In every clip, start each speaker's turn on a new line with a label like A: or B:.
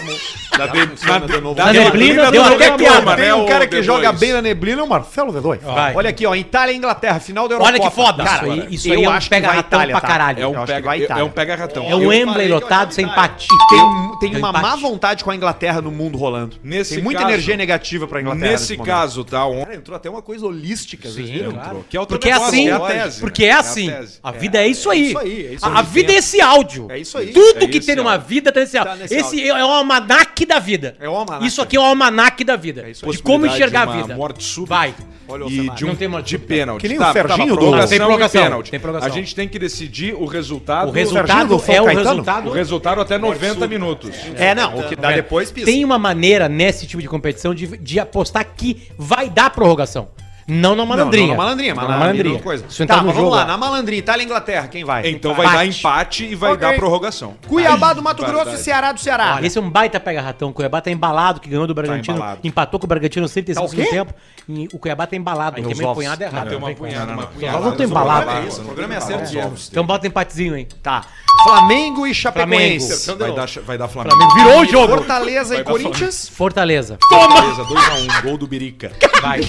A: Da, de, na, de,
B: novo.
A: da
C: Na
A: neblina, deu
C: neblina, deu
A: qualquer
C: até
A: clima,
C: clima,
A: né,
B: Tem um
A: o
B: cara que
A: D2?
B: joga bem na neblina, é o Marcelo D2.
C: Vai.
B: Olha aqui, ó, Itália e Inglaterra, final da Eurocopa.
C: Olha que foda.
B: Cara,
C: Isso aí- isso aí
B: eu
C: é um
B: acho que
C: pega
B: vai
C: ratão
B: Itália,
C: pra
B: tá?
C: caralho.
A: É
B: Eu
A: um
B: acho que vai
A: pega, é
B: Itália.
A: um pega ratão.
C: É um
B: falei
C: Wembley
B: que eu
C: lotado
B: achava
C: sem
B: Itália.
C: empate.
B: Tem, um- tem
C: Tem
B: uma
C: empate.
B: má vontade com a Inglaterra no mundo rolando.
A: Nesse
B: tem muita
A: caso-
B: energia negativa pra Inglaterra.
A: Nesse
B: momento.
A: caso, tá? Um...
B: Cara, entrou até uma coisa holística. vocês
C: Sim,
B: viram?
C: claro.
A: Que é o teu
C: Porque é
A: negócio,
C: assim,
A: é a tese,
C: porque
A: né?
C: é
A: É a
C: assim.
A: tese.
C: a vida é isso aí.
B: isso aí, é isso
C: a, a
B: aí.
C: vida é esse áudio.
B: É isso aí.
C: Tudo
A: É
C: que
A: isso
C: tem
A: aí,
C: numa
A: ó.
C: vida tá nesse áudio.
B: nesse
C: esse é o almanaque da vida.
B: É o almanaque.
C: Isso aqui é o almanaque da vida.
B: isso aí.
C: de como enxergar a
A: Possibilidade de uma
C: vida.
A: morte súbita.
C: Vai.
B: Olha o
A: e
B: cenário.
A: de um
C: Não tem morte
A: de
C: súbita.
A: pênalti.
B: Que nem o
A: Tá,
B: Serginho
A: tava,
B: Douglas.
A: prorrogação
C: Tem
A: e
C: prorrogação,
A: pênalti.
C: tem prorrogação.
A: A gente tem que decidir o resultado.
C: O resultado
B: Serginho do
C: é o
B: Caetano?
C: resultado.
A: o resultado até 90 minutos.
B: É, não, o que dá depois pisa.
C: Tem uma maneira nesse tipo de competição de, de apostar que vai dar prorrogação. Não na malandrinha.
B: Não, não, na malandrinha,
C: Não
B: mas na
C: na
B: é
C: malandrinha.
B: Coisa.
C: Isso entrar
B: tá,
C: no
B: mas vamos
C: jogo.
B: lá,
C: ó.
B: na malandrinha, Itália e Inglaterra, quem vai?
A: Então vai dar empate e vai
B: Ok.
A: dar prorrogação.
B: Cuiabá do Mato
A: Verdade.
B: Grosso e Ceará do Ceará.
C: Olha, esse é um baita pega-ratão. O Cuiabá tá embalado, que ganhou do Bragantino.
A: embalado.
C: empatou com o Bragantino no 35
B: Tá o
C: do
B: quê?
C: tempo. E o Cuiabá tá embalado. Aí,
B: os
C: também
B: ovos.
C: punhada errada.
A: Tem
C: não
A: uma
C: tem como.
A: punhada, uma
C: Só
A: punhada.
C: não tem
A: Programa
C: embalado.
A: é esse,
B: O
A: não
B: programa
A: tem
B: é acerto de
A: embalado.
C: Então bota um empatezinho aí.
B: Tá. Flamengo e Chapecoense.
A: Vai dar, vai dar Flamengo.
C: Flamengo virou o jogo.
B: Fortaleza e Corinthians.
C: Fortaleza.
A: Toma! 2x1, gol do Birica.
C: Vai.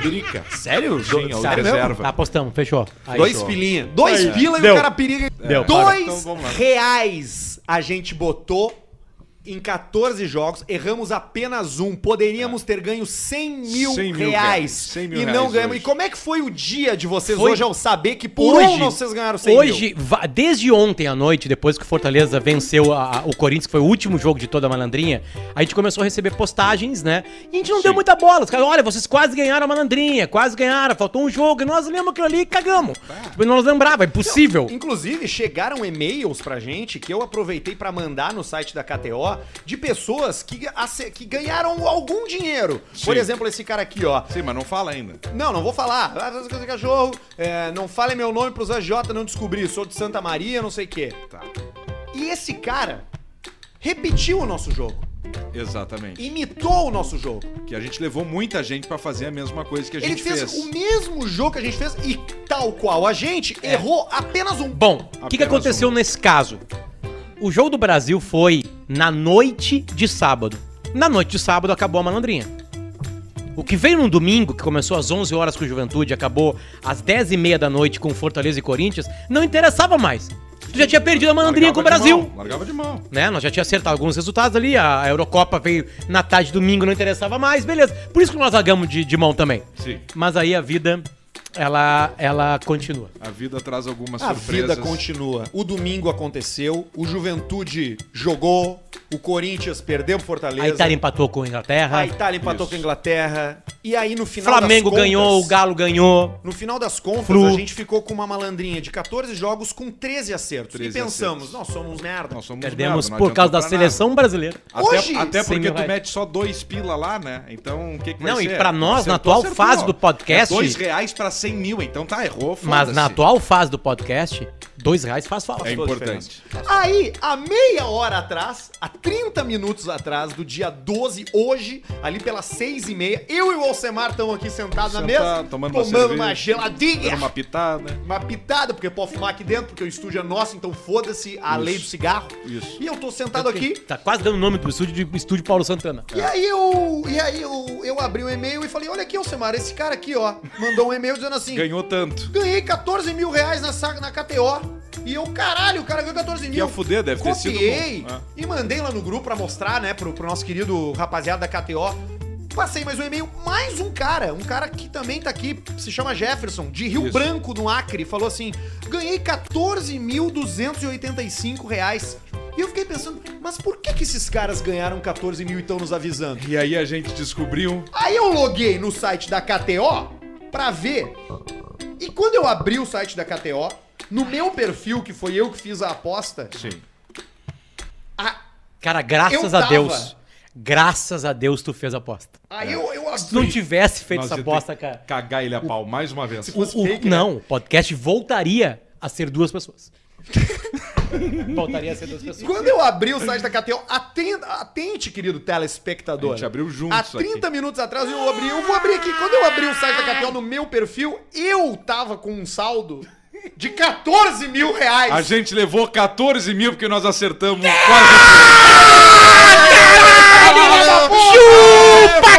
A: Birica.
B: Sério?
A: Sim, é o
B: Sério mesmo?
A: reserva.
C: Tá, apostamos, fechou. Aí.
B: Dois pilinha. Dois pila e o cara periga.
C: Deu.
B: Dois
A: Então vamos lá.
B: reais a gente botou em 14 jogos. Erramos apenas um. Poderíamos ter ganho 100 mil,
A: 100 É. mil reais.
B: reais.
A: 100 mil
B: e
A: reais
B: não ganhamos.
A: hoje.
B: E como é que foi o dia de vocês
C: Foi-
B: hoje ao saber que por um não vocês ganharam 100 mil?
C: hoje, va- desde ontem à noite, depois que o Fortaleza venceu a- a- o Corinthians, que foi o último jogo de toda a malandrinha, a gente começou a receber postagens, né? E a gente não deu muita bola. Os caras, olha, vocês quase ganharam a malandrinha, quase ganharam, faltou um jogo, e nós lemos aquilo ali e cagamos. Tipo, nós lembrava, é impossível.
B: Inclusive, chegaram e-mails pra gente que eu aproveitei pra mandar no site da KTO de pessoas que, ace- que ganharam algum dinheiro. Por
A: Sim.
B: exemplo, esse cara aqui, ó.
C: tá.
A: Sim, mas não fala ainda.
B: Não, não vou falar. Ah, essas coisas de Cachorro, é, não falem meu nome pros agiota não descobrir. Sou de Santa Maria, não sei o quê.
A: Tá.
B: E esse cara repetiu o nosso jogo.
A: Exatamente.
B: Imitou o nosso jogo.
A: Que a gente levou muita gente pra fazer a mesma coisa que a
B: Ele
A: gente
B: fez, um
A: fez.
B: o mesmo jogo que a gente fez e, tal qual a gente, errou apenas um.
C: Bom, o que, que
A: Apenas
C: aconteceu
A: um.
C: nesse caso? O jogo do Brasil foi na noite de sábado. Na noite de sábado acabou a malandrinha. O que veio no domingo, que começou às 11 horas com o Juventude, acabou às 10 e meia da noite com Fortaleza e Corinthians, não interessava mais. Tu já tinha perdido a malandrinha com o
A: Largava de
C: Brasil.
A: mão, largava de mão.
C: Né? Nós já tinha acertado alguns resultados ali, a a Eurocopa veio na tarde de domingo, não interessava mais, beleza. Por isso que nós largamos de, de mão também.
A: Sim.
C: Mas aí a vida, ela, ela continua.
A: A vida traz algumas
B: A
A: surpresas.
B: vida continua. O domingo aconteceu, o Juventude jogou, o Corinthians perdeu pro Fortaleza.
C: A Itália empatou com a Inglaterra.
B: A Itália empatou
A: Isso.
B: com a Inglaterra. E aí no final
C: Flamengo
B: das contas-
C: ganhou, o Galo ganhou.
B: No final das contas,
C: Flu.
B: a gente ficou com uma malandrinha de 14 jogos com 13 acertos.
A: 13
B: e pensamos,
A: acertos.
B: nós somos uns merda.
A: Nós somos
C: Perdemos
A: merda, não
C: por causa
A: adiantou
C: da
A: pra Ah,
C: seleção brasileira.
A: nada. Até,
B: Hoje,
A: até
C: cem
A: porque
C: mil
A: tu
C: reais.
A: mete só dois pila lá, né? Então o que, que vai
C: Não, e
A: ser?
C: pra nós,
A: Acertou,
C: na atual
A: acertou.
C: fase do podcast-
A: É dois reais pra 100 mil, então tá, errou,
C: Mas na
A: foda-se.
C: atual fase do podcast, dois reais faz falta.
B: Tá
A: É importante.
B: diferença. Aí, a meia hora atrás, a 30 minutos atrás do dia 12, hoje, ali pelas 6 e meia, eu e o Alcemar estamos aqui sentados na
A: Sentado,
B: mesa,
A: tomando uma
B: tomando
A: cerveja,
B: uma, geladinha,
A: Dando uma
B: uma...
A: pitada.
B: pitada, porque pode fumar aqui dentro, porque o estúdio é nosso, então foda-se a lei do cigarro.
A: Isso.
B: E eu tô sentado aqui,
C: Tá quase dando o nome do estúdio de Estúdio Paulo Santana.
A: É.
B: E aí eu, e aí eu, eu abri o e-mail e falei, olha aqui, Alcemar, esse cara aqui, ó, mandou um e-mail dizendo assim,
A: Ganhou tanto.
B: ganhei 14 mil reais na, sa- na KTO. E eu, caralho, o cara ganhou 14 mil.
A: ia é fuder, deve ter sido
B: Copiei
A: bom, né?
B: e mandei lá no grupo pra mostrar, né, pro, pro nosso querido rapaziada da KTO. Passei mais um e-mail, mais um cara, um cara que também tá aqui, se chama Jefferson, de Rio
A: Isso.
B: Branco, no Acre, falou assim, ganhei 14.285 reais. E eu fiquei pensando, mas por que que esses caras ganharam 14 mil e estão nos avisando?
A: E aí a gente descobriu.
B: Aí eu loguei no site da KTO pra ver. E quando eu abri o site da KTO, no meu perfil, que foi eu que fiz a aposta,
A: Sim.
B: a-
C: Cara, graças
B: Eu
C: a
B: tava.
C: Deus. Graças a Deus tu fez a aposta.
B: aí eu, eu
C: Se tu não
B: abri.
C: tivesse feito
A: Nós
C: essa
A: ia ter
C: aposta,
A: que
C: cara.
A: Cagar ele a pau mais uma vez.
B: né?
C: o- o- não, o podcast voltaria a ser duas pessoas. Voltaria a ser duas pessoas.
B: Quando eu abri o site da KTO, atenda, atente, querido telespectador.
A: A gente abriu juntos
B: Há
A: aqui.
B: 30 minutos atrás eu abri. Eu vou abrir aqui. Quando eu abri o site da KTO no meu perfil, eu tava com um saldo de 14 mil reais.
A: A gente levou 14 mil porque nós acertamos quase.
C: Chupa,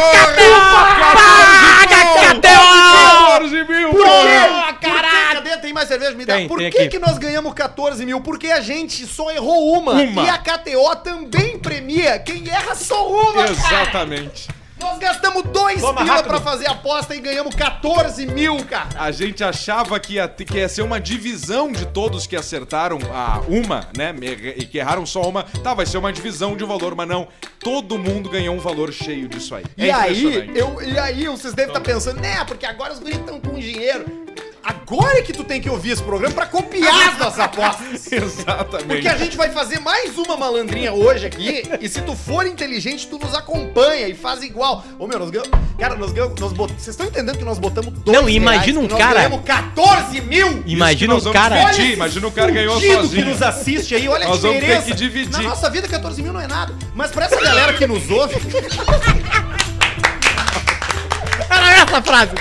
C: Paga, KTO!
A: 14 mil!
B: Por
A: porra!
B: quê? Caralho! Cadê? Tem mais cerveja? Me dá.
C: Tem,
B: Por
C: tem
B: que,
C: aqui.
B: que nós ganhamos 14 mil? Porque a gente só errou uma.
A: Uma.
B: E a KTO também premia quem erra só uma, cara.
A: Exatamente.
B: Nós gastamos dois
C: Toma,
B: pila
C: rápido.
B: pra fazer a aposta e ganhamos 14 mil, cara.
A: A gente achava que ia, ter- que ia ser uma divisão de todos que acertaram a uma, né? E que erraram só uma. Tá, vai ser uma divisão de um valor, mas não. Todo mundo ganhou um valor cheio disso aí.
B: E
A: É
B: aí,
A: impressionante.
B: eu, e aí, vocês devem estar pensando, né? Porque agora os guris estão com dinheiro. Agora é que tu tem que ouvir esse programa pra copiar as nossas apostas.
A: Exatamente.
B: Porque a gente vai fazer mais uma malandrinha hoje aqui. E se tu for inteligente, tu nos acompanha e faz igual. Ô meu, nós ganhamos. Cara, nós ganhamos. Nós bot... Vocês estão entendendo que nós botamos dois.
C: Não, imagina um
B: que nós
C: cara-
B: Ganhamos 14 mil!
A: Isso
C: Imagina
A: que nós
C: um
A: vamos
C: cara.
A: dividir, imagina o cara ganhou
B: fudido
A: sozinho.
B: que nos assiste aí, olha
A: Nós
B: a
A: vamos ter
B: diferença.
A: que
B: Na
A: dividir.
B: nossa vida, 14 mil não é nada. Mas pra essa galera que nos ouve.
C: Era essa a frase!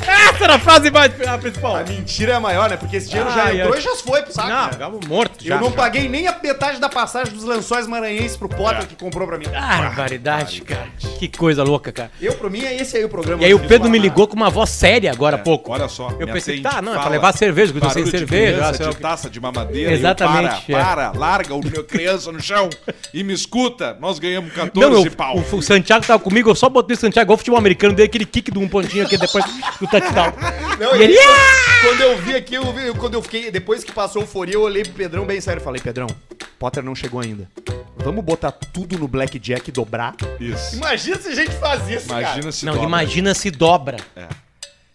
C: Essa era a frase mais a
B: A
C: principal!
B: mentira é maior, né? Porque esse dinheiro já
C: Ai,
B: entrou
C: ai.
B: e já foi pro saco.
C: Não,
B: né?
C: acabou morto já.
B: Eu não paguei nem a metade da passagem dos lençóis maranhenses pro Potter que comprou pra mim.
C: Ah. Barbaridade, cara. Que coisa louca, cara.
B: Eu, pra mim, é esse aí o programa.
C: E aí o
B: do
C: Pedro me
B: Paraná.
C: ligou com uma voz séria agora há pouco.
A: É. Olha só.
C: Eu
A: me
C: pensei,
A: atende,
C: tá, não, é pra
A: fala.
C: levar cerveja, que eu tô sem
A: Barulho de tá
C: cerveja.
A: criança,
C: ah, sei lá o
A: de
C: quê.
A: taça de mamadeira. Eu,
C: Exatamente, é.
A: Para, para, larga o meu criança no chão e me escuta. Nós ganhamos 14
C: Não, eu,
A: pau.
C: o, o Santiago tava comigo, eu só botei o Santiago igual o futebol americano, dei aquele kick de um pontinho aqui depois do touchdown.
B: Não,
C: E
B: e aí,
C: ele- "Ah!"
B: quando- quando eu vi aqui, eu vi, eu- quando eu fiquei. Depois que passou a euforia, eu olhei pro Pedrão bem sério e falei: Pedrão, Potter não chegou ainda. Vamos botar tudo no Blackjack e dobrar?
A: Isso.
B: Imagina se a gente faz isso,
A: Imagina se
C: Não,
A: dobra. É,
C: imagina se dobra.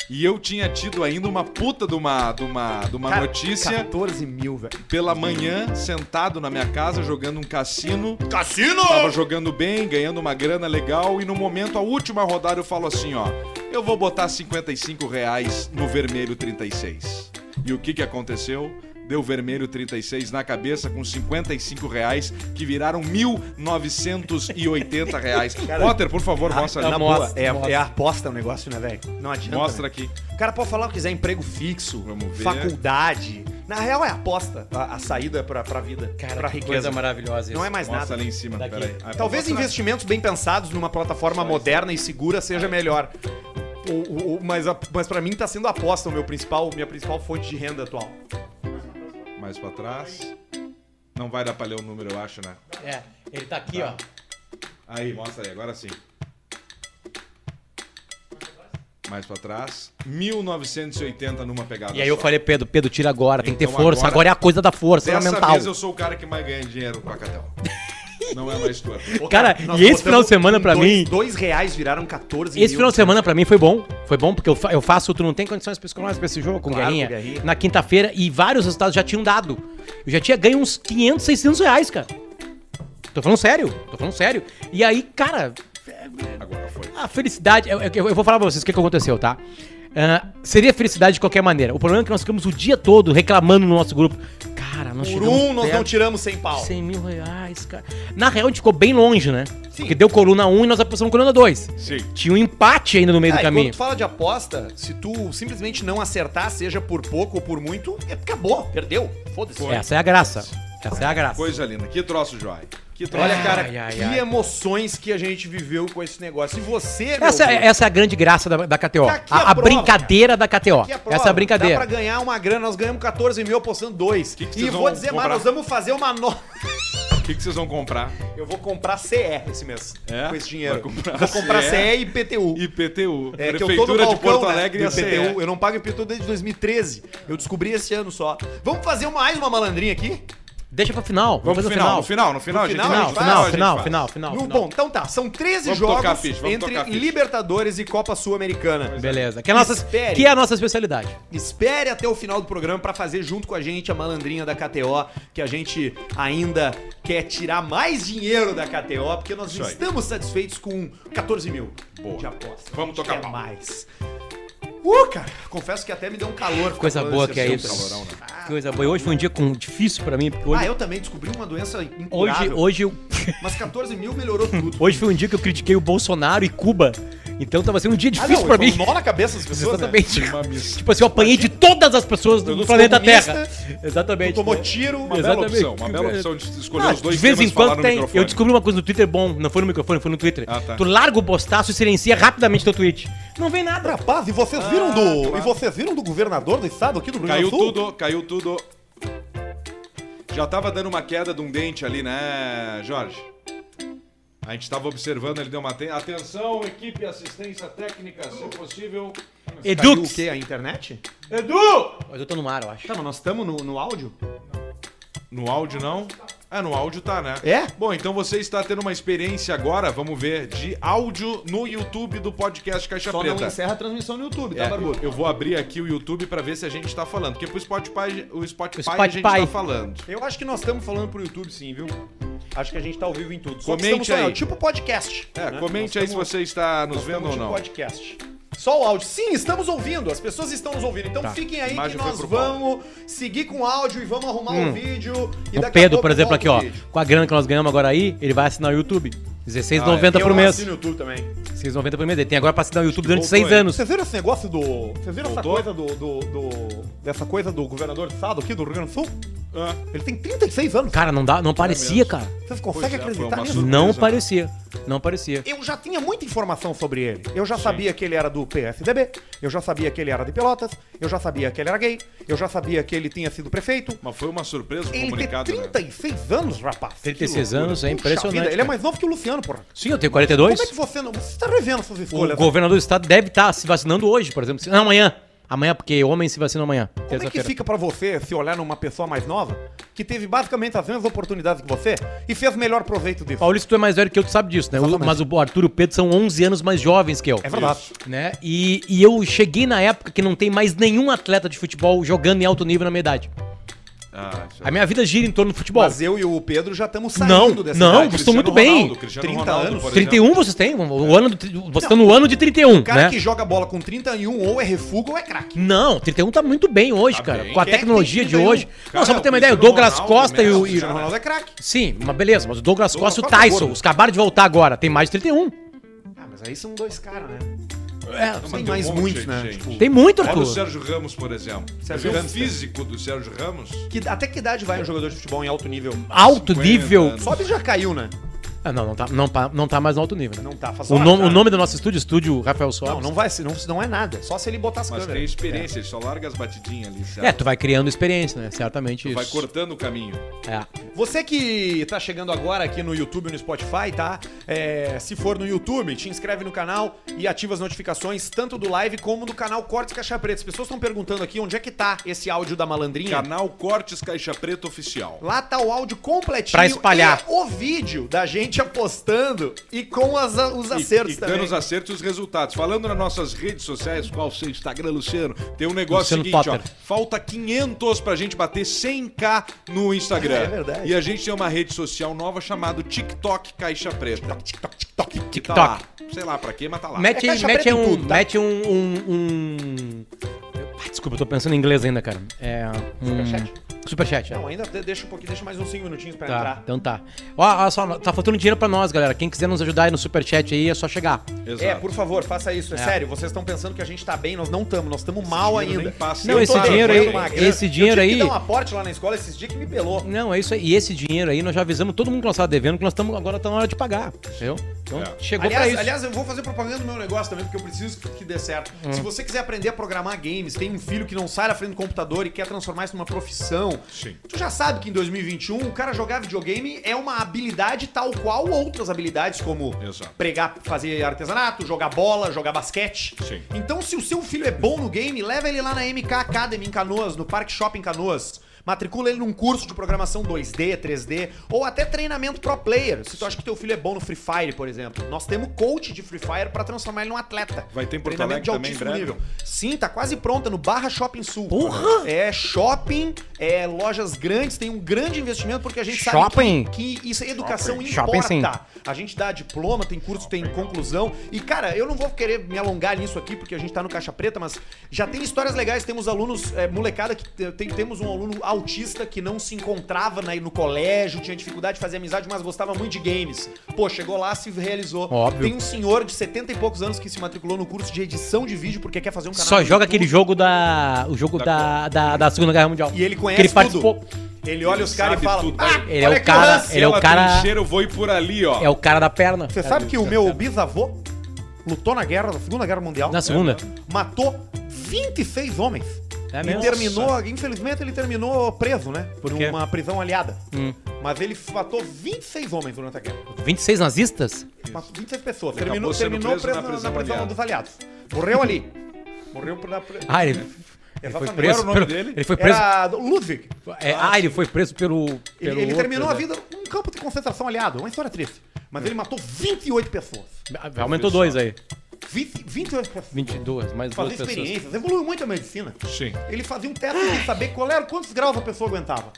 A: E eu tinha tido ainda uma puta de uma, de uma, de uma
B: Cara,
A: notícia
B: 14 mil, velho.
A: pela manhã, sentado na minha casa, jogando um cassino.
B: Cassino!
A: Tava jogando bem, ganhando uma grana legal. E no momento, a última rodada, eu falo assim: ó, eu vou botar 55 reais no vermelho 36. E o que que aconteceu? Deu vermelho 36 na cabeça com 55 reais, que viraram 1.980 reais. Potter, por favor, mostra
B: Na
A: ali.
B: boa,
C: Mostra,
B: é,
C: mostra.
B: é a aposta o negócio, né, velho? Não adianta.
A: Mostra
B: né?
A: aqui.
B: O cara pode falar o que quiser, emprego fixo,
A: Vamos ver.
B: faculdade. Na real, é aposta a, a saída pra, pra vida, pra riqueza.
C: maravilhosa
B: Não é mais
A: Mostra
B: nada.
A: ali em cima.
C: Daqui.
A: Peraí. Ah,
B: Talvez
A: mostra-
B: investimentos bem pensados numa plataforma moderna e segura seja melhor. O- o- o- mas a, mas para mim tá sendo a aposta o meu principal, minha principal fonte de renda atual.
A: Mais pra trás. Não vai dar pra ler o número, eu acho, né?
C: É, ele tá aqui, ó.
A: Aí, mostra aí, agora sim. Mais pra trás. 1980 numa pegada.
C: E aí eu
A: só.
C: falei, Pedro, Pedro, tira agora, tem que ter
A: Então
C: força. Agora...
A: agora-
C: é a coisa da força, é
A: Dessa
C: mental.
A: vez eu sou o cara que mais ganha dinheiro com a Catel. Não é mais tua.
B: Ô,
C: Cara,
B: nós
C: e esse final de
B: botamos
C: semana pra
B: dois-
C: mim-
B: Dois reais viraram 14
C: Esse final de semana pra mim foi bom. Foi bom porque eu, fa- eu faço, tu não tem condições psicológicas pra esse jogo com
B: Claro,
C: Guerrinha.
B: com Guerrinha.
C: Na quinta-feira e vários resultados já tinham dado. Eu já tinha ganho uns 500, 600 reais, cara. Tô falando sério, tô falando sério. E aí, cara,
A: Agora foi.
C: a felicidade. Eu, eu- eu vou falar pra vocês o que, que aconteceu, tá? Ah, seria felicidade de qualquer maneira. O problema é que nós ficamos o dia todo reclamando no nosso grupo. Cara, nós
B: Por
C: chegamos
B: um, nós
C: perto
B: não tiramos 100 pau.
C: de 100 mil reais, cara. Na real, a gente ficou bem longe, né?
B: Sim.
C: Porque deu coluna 1 e nós apostamos coluna 2.
A: Sim.
C: Tinha um empate ainda no meio
B: Ah,
C: do
B: e
C: caminho.
B: Quando tu fala de aposta, se tu simplesmente não acertar, seja por pouco ou por muito, é- acabou, perdeu. Foda-se.
C: Essa é a graça. Essa é a graça.
A: Coisa linda. Que troço, Joy. Que troço.
B: Olha, cara,
C: Ai, ai,
B: que
C: ai.
B: emoções que a gente viveu com esse negócio. E você, meu
C: Essa,
B: Deus,
C: essa é a grande graça da, da KTO.
B: Tá aqui
C: a
B: a
C: a
B: prova,
C: brincadeira da KTO.
B: que é a prova.
C: essa é a
B: Dá
C: brincadeira.
B: pra ganhar uma grana, nós ganhamos 14 mil apostando dois.
A: Que que
B: e
A: vocês
B: vou
A: vão
B: dizer
A: comprar?
B: mais, nós vamos fazer uma nova.
A: O que, que vocês vão comprar?
B: Eu vou comprar CE esse mês.
A: É?
B: Com esse dinheiro.
A: Vai comprar
B: vou comprar
A: CE.
B: CE, e PTU.
A: IPTU.
B: É, que eu tô no
A: Prefeitura
B: balcão,
A: de Porto
B: né,
A: Alegre
B: do
A: e a CE.
B: IPTU. Eu não pago IPTU desde 2013. Eu descobri esse ano só. Vamos fazer mais uma malandrinha aqui?
C: Deixa pra final.
A: Vamos pro final, no final, no final,
B: No
A: gente.
B: final,
A: no
B: a
C: Final,
B: gente
A: no
C: final,
A: a gente
C: final,
A: faz.
C: final, final,
B: No-
C: final.
B: Bom, então tá. São 13
A: Vamos
B: jogos
A: tocar a ficha, vamos
B: entre
A: tocar a ficha.
B: Libertadores e Copa Sul-Americana.
C: Beleza. Que é, a nossa,
B: Espere.
C: que é a nossa especialidade.
B: Espere até o final do programa pra fazer junto com a gente a malandrinha da KTO, que a gente ainda quer tirar mais dinheiro da KTO, porque nós
A: Isso aí.
B: estamos satisfeitos com 14 mil
A: Boa.
B: de aposta.
A: Vamos
B: A gente
A: tocar
B: quer
A: pau.
B: mais. é Uh, cara, confesso que até me deu um calor. ficar
C: Coisa
B: falando
C: boa
B: desse
C: que é
B: assunto.
C: isso.
A: Calorão, né?
B: Ah,
C: Coisa boa. E hoje foi um dia com, difícil pra mim, porque hoje.
B: Ah, é um eu também descobri uma doença incurável.
C: Hoje, hoje, eu,
B: Mas 14 mil melhorou tudo.
C: hoje foi um dia que eu critiquei o Bolsonaro e Cuba. Então tava sendo um dia difícil pra
B: foi
C: mim.
B: um nó na cabeça das pessoas, né?
C: Exatamente.
A: Uma missão.
C: Tipo assim, eu apanhei de todas as pessoas do
B: Dos
C: planeta Terra.
B: comunistas,
C: Exatamente.
B: Tomou tiro.
A: Uma bela
C: Exatamente.
A: opção, uma bela opção de escolher
C: Ah,
A: os dois
C: de vez
A: temas
C: em
A: e falar
C: quando
A: no
C: tem.
A: microfone.
C: Eu descobri uma coisa no Twitter é bom. Não foi no microfone, foi no Twitter.
A: Ah, tá.
C: Tu larga o bostaço e silencia rapidamente teu tweet. Não vem nada.
B: Rapaz, e vocês viram
C: Ah,
B: do.
A: claro.
B: E vocês viram do governador do estado aqui do Rio Grande
A: Caiu
B: do Sul?
A: tudo, caiu tudo. Já tava dando uma queda de um dente ali, né, Jorge? A gente tava observando, ele deu uma... Aten... Atenção, equipe assistência técnica, se possível...
B: Caiu
C: Edux.
B: o quê? A internet?
A: Edu!
C: Mas eu tô no mar, eu acho.
B: Tá, mas nós estamos no, no áudio?
A: No áudio não? Ah, no áudio tá, né?
B: É?
A: Bom, então você está tendo uma experiência agora, vamos ver, de áudio no YouTube do podcast Caixa
B: Só não
A: Preta.
B: encerra a transmissão no YouTube, tá,
A: É,
B: Barbudo?
A: eu vou abrir aqui o YouTube pra ver se a gente tá falando. Porque pro Spotify, o Spotify,
C: O
A: a gente tá
C: Spotify.
A: falando.
B: Eu acho que nós estamos falando pro YouTube sim, viu? Acho que a gente tá ao vivo em tudo. que
A: Comente
B: estamos-
A: aí.
B: é, tipo podcast.
A: É,
B: né?
A: comente
B: Nós
A: aí se
B: estamos-
A: você está nos
B: nós
A: vendo
B: estamos
A: ou
B: de
A: não.
B: podcast. Só o áudio. Sim, estamos ouvindo. As pessoas estão nos ouvindo. Então fiquem aí que
A: Tá. Imagem foi
B: nós
A: pro Hum.
B: vamos seguir com o áudio e vamos arrumar o vídeo. E daqui
C: O
B: a
C: Pedro,
B: pouco
C: por exemplo,
B: volta
C: aqui,
B: o
C: ó.
B: vídeo.
C: Com a grana que nós ganhamos agora aí, ele vai assinar o YouTube.
A: Ah,
C: 16,90
B: Eu
C: por mês.
B: assino o YouTube também.
C: 6,90 por mês. Ele tem agora pra assinar o YouTube durante
A: Voltou
C: 6
A: aí.
C: anos.
B: Vocês viram esse negócio do. Vocês viram
A: Voltou?
B: essa coisa do, do, do- Dessa coisa do governador de estado aqui do Rio Grande do Sul?
A: Ah,
B: Ele tem 36 anos.
C: Cara, não, dá, não parecia,
A: é mesmo.
C: cara.
B: Vocês conseguem
A: Pois é, foi
B: acreditar
A: uma
B: nisso?
A: surpresa,
C: Não
A: né?
C: parecia. Não parecia.
B: Eu já tinha muita informação sobre ele. Eu já sabia que ele era do PSDB, eu já sabia que ele era de Pelotas, eu já sabia que ele era gay, eu já sabia que ele tinha sido prefeito.
A: mas foi uma surpresa o
B: Ele tem
A: comunicado, né?
B: 36 anos, rapaz.
C: 36
B: Que loucura.
C: anos, é
B: Puxa
C: impressionante,
B: vida, Ele é
C: cara.
B: mais novo que o Luciano, porra.
C: Sim, eu tenho 42.
B: Como é que você não. Você tá revendo suas
C: O
B: escolhas. né?
C: governador do estado deve estar se vacinando hoje, por exemplo. Se- Não, amanhã. Amanhã, porque homem se vacina amanhã.
B: Como é que
C: Terça-feira.
B: fica pra você se olhar numa pessoa mais nova que teve basicamente as mesmas oportunidades que você e fez melhor proveito disso?
C: Paulista, tu é mais velho que eu, tu sabe disso, né? O- mas o Arthur e o Pedro são 11 anos mais jovens que eu.
B: É verdade.
C: Né? E, e eu cheguei na época que não tem mais nenhum atleta de futebol jogando em alto nível na minha idade.
A: Ah, isso
C: A
A: é-
C: minha vida gira em torno do futebol.
B: Mas eu e o Pedro já estamos saindo
C: Não,
B: dessa
C: não,
B: idade.
C: estou muito bem.
A: Ronaldo, Cristiano
B: 30
A: Ronaldo,
B: anos,
A: por exemplo.
C: 31 vocês têm? O ano do, tri- você tá no ano de 31,
B: O cara
C: né?
B: que joga bola com 31 ou é refugo ou é craque.
C: Não, 31 tá muito bem hoje,
A: Tá
C: cara.
A: bem.
C: Com a
B: Quem é que
C: tecnologia
B: tem
C: de
B: 31?
C: hoje. não,
A: Cara,
C: só pra ter uma
A: o
C: ideia, o
A: Cristiano
C: Douglas
A: Ronaldo,
C: Costa e o.
A: Messi,
C: e-
B: Cristiano Ronaldo é craque.
C: Sim, mas beleza, mas o Douglas Costa e o
B: Costa é
C: Tyson,
B: gordo.
C: os acabaram de voltar agora, tem mais de 31.
B: Ah, mas aí são dois caras, né?
C: É,
A: Mas
B: Tem
A: um
B: mais
A: monte
B: muitos,
A: de
B: né?
A: gente.
B: Tipo,
C: tem muito,
A: Olha o
C: Arthur.
A: Sérgio Ramos, por exemplo. Você
B: Sérgio
A: viu o
B: Ramos, é.
A: físico do Sérgio Ramos?
B: que- até que idade vai um jogador de futebol em alto nível?
C: Alto
A: 50
C: nível.
A: anos.
B: Sobe já caiu, né?
C: Ah, não, não tá, não, pa- não tá mais no alto nível, né?
B: Não tá
C: O,
B: fazendo.
C: nome- o nome do nosso estúdio, estúdio Rafael Soares.
B: Não, não vai, se- não, se não é nada. Só se ele botar as
A: Mas
B: câmeras.
A: tem
B: É.
A: experiência, ele só larga as batidinhas ali,
C: É,
A: certo?
C: tu vai criando experiência, né? Certamente
A: Vai
C: isso.
A: cortando o caminho.
C: É.
B: Você que tá chegando agora aqui no YouTube e no Spotify, tá? É, se for no YouTube, te inscreve no canal e ativa as notificações, tanto do live como do canal Cortes Caixa Preta. As pessoas estão perguntando aqui onde é que tá esse áudio da malandrinha.
A: Canal Cortes Caixa Preta Oficial.
B: Lá tá o áudio completinho.
C: Pra espalhar.
B: e o vídeo da gente apostando e com as- os
A: E-
B: acertos
A: e,
B: também.
A: dando os acertos e os resultados. Falando nas nossas redes sociais, qual o seu Instagram, Luciano? Tem um negócio
C: Luciano
A: seguinte, ó.
C: Potter.
A: Falta 500 pra gente bater 100k no Instagram.
B: É verdade.
A: E a gente tem uma rede social nova chamada TikTok Caixa Preta. TikTok, TikTok, TikTok.
C: TikTok.
A: Sei lá pra quê, mas tá lá.
C: Mete,
B: É caixa
C: mete,
B: preta em
C: um,
B: tudo, tá?
C: mete um. um- um- Ah, Desculpa, eu tô pensando em inglês ainda, cara. É. Um...
B: Superchat?
C: Superchat, é.
B: Não, ainda de- deixa um pouquinho, deixa mais uns 5 minutinhos pra
C: Tá,
B: entrar.
C: então tá. Ó, olha só, tá faltando dinheiro pra nós, galera. Quem quiser nos ajudar aí no superchat aí, é só chegar.
A: Exato.
B: É, por favor, faça isso. É, sério, vocês estão pensando que a gente tá bem, nós não estamos, nós estamos mal
A: dinheiro
B: ainda.
A: nem passa.
C: Não,
B: Eu
C: esse
B: tô
C: dinheiro aí-
B: devendo uma grana.
C: esse dinheiro
B: eu tive
C: aí-
B: Que dar um aporte lá na escola esses dias que me pelou.
C: Não, é isso aí. E esse dinheiro aí, nós já avisamos todo mundo que nós estávamos devendo, que nós estamos agora tá na hora de pagar, entendeu? Então,
A: É.
C: chegou pra
B: Aliás,
C: isso.
B: aliás, eu vou fazer propaganda do meu negócio também, porque eu preciso que que dê certo.
C: Hum.
B: Se você quiser aprender a programar games, tem um filho que não sai da frente do computador e quer transformar isso numa profissão.
A: Sim.
B: Tu já sabe que em 2021 o cara jogar videogame é uma habilidade tal qual outras habilidades, como
A: Exato.
B: pregar, fazer artesanato, jogar bola, jogar basquete.
A: Sim.
B: Então, se o seu filho é bom no game, leva ele lá na MK Academy em Canoas, no Parque Shopping Canoas. Matricula ele num curso de programação 2D, 3D ou até treinamento pro player. Se tu acha que teu filho é bom no Free Fire, por exemplo, nós temos coach de Free Fire pra transformar ele num atleta.
A: Vai ter em Porto
B: Treinamento
A: Alegre também, em breve.
B: Sim, tá quase pronta no Barra Shopping Sul. Porra! É shopping, é lojas grandes, tem um grande investimento porque a gente
C: Shopping.
B: sabe que, que isso é educação
C: Shopping.
B: importa.
C: Shopping, sim.
B: A gente dá diploma, tem curso, tem conclusão. E, cara, eu não vou querer me alongar nisso aqui, porque a gente tá no Caixa Preta, mas já tem histórias legais. Temos alunos, é, molecada, que te- tem- temos um aluno autista que não se encontrava na- no colégio, tinha dificuldade de fazer amizade, mas gostava muito de games. Pô, chegou lá, se realizou.
C: Óbvio.
B: Tem um senhor de 70 e poucos anos que se matriculou no curso de edição de vídeo porque quer fazer um canal.
C: Só
B: no
C: joga
B: YouTube.
C: aquele jogo da. O jogo da, da, da Segunda Guerra Mundial.
B: E ele conhece
C: que ele
B: tudo.
C: participou.
B: Ele olha
A: Ele
B: os caras e
A: sabe
B: fala.
A: tudo.
B: "Ah,
C: Ele é
B: olha
C: o
B: que
C: cara.
B: lance."
C: Ele é o
A: Ela
C: cara.
A: trincheira, eu vou ir por ali, ó.
C: É o cara da perna.
B: Você sabe que o meu bisavô lutou na guerra, na Segunda Guerra Mundial.
C: Na segunda?
B: matou 26 homens.
C: É
B: e
C: mesmo?
B: terminou, infelizmente ele terminou preso, né? Por
C: quê?
B: uma prisão aliada.
C: Hum.
B: Mas ele matou 26 homens durante a guerra.
C: 26 nazistas?
B: Matou 26 pessoas.
A: Ele
B: terminou
A: acabou sendo
B: terminou
A: preso
B: preso,
A: na
B: na-
A: prisão
B: na prisão
A: aliada.
B: dos aliados. Morreu ali. Morreu por na prisão.
C: Ah, ele, ele foi
B: Exatamente.
C: preso.
A: Qual era o nome
C: pelo-
A: dele?
C: Ele foi preso.
B: Era Ludwig.
C: é, ah, ele foi preso pelo. pelo
B: Ele, ele
C: outro,
B: terminou a
C: né?
B: vida num campo de concentração aliado. Uma história triste. Mas ele matou 28 pessoas.
C: Aumentou dois aí.
B: 20, 28 pessoas.
C: 22, mais duas
B: Fazer
C: pessoas.
B: experiências. Evoluiu muito a medicina.
A: Sim.
B: Ele fazia um teste de saber qual era, quantos graus a pessoa aguentava.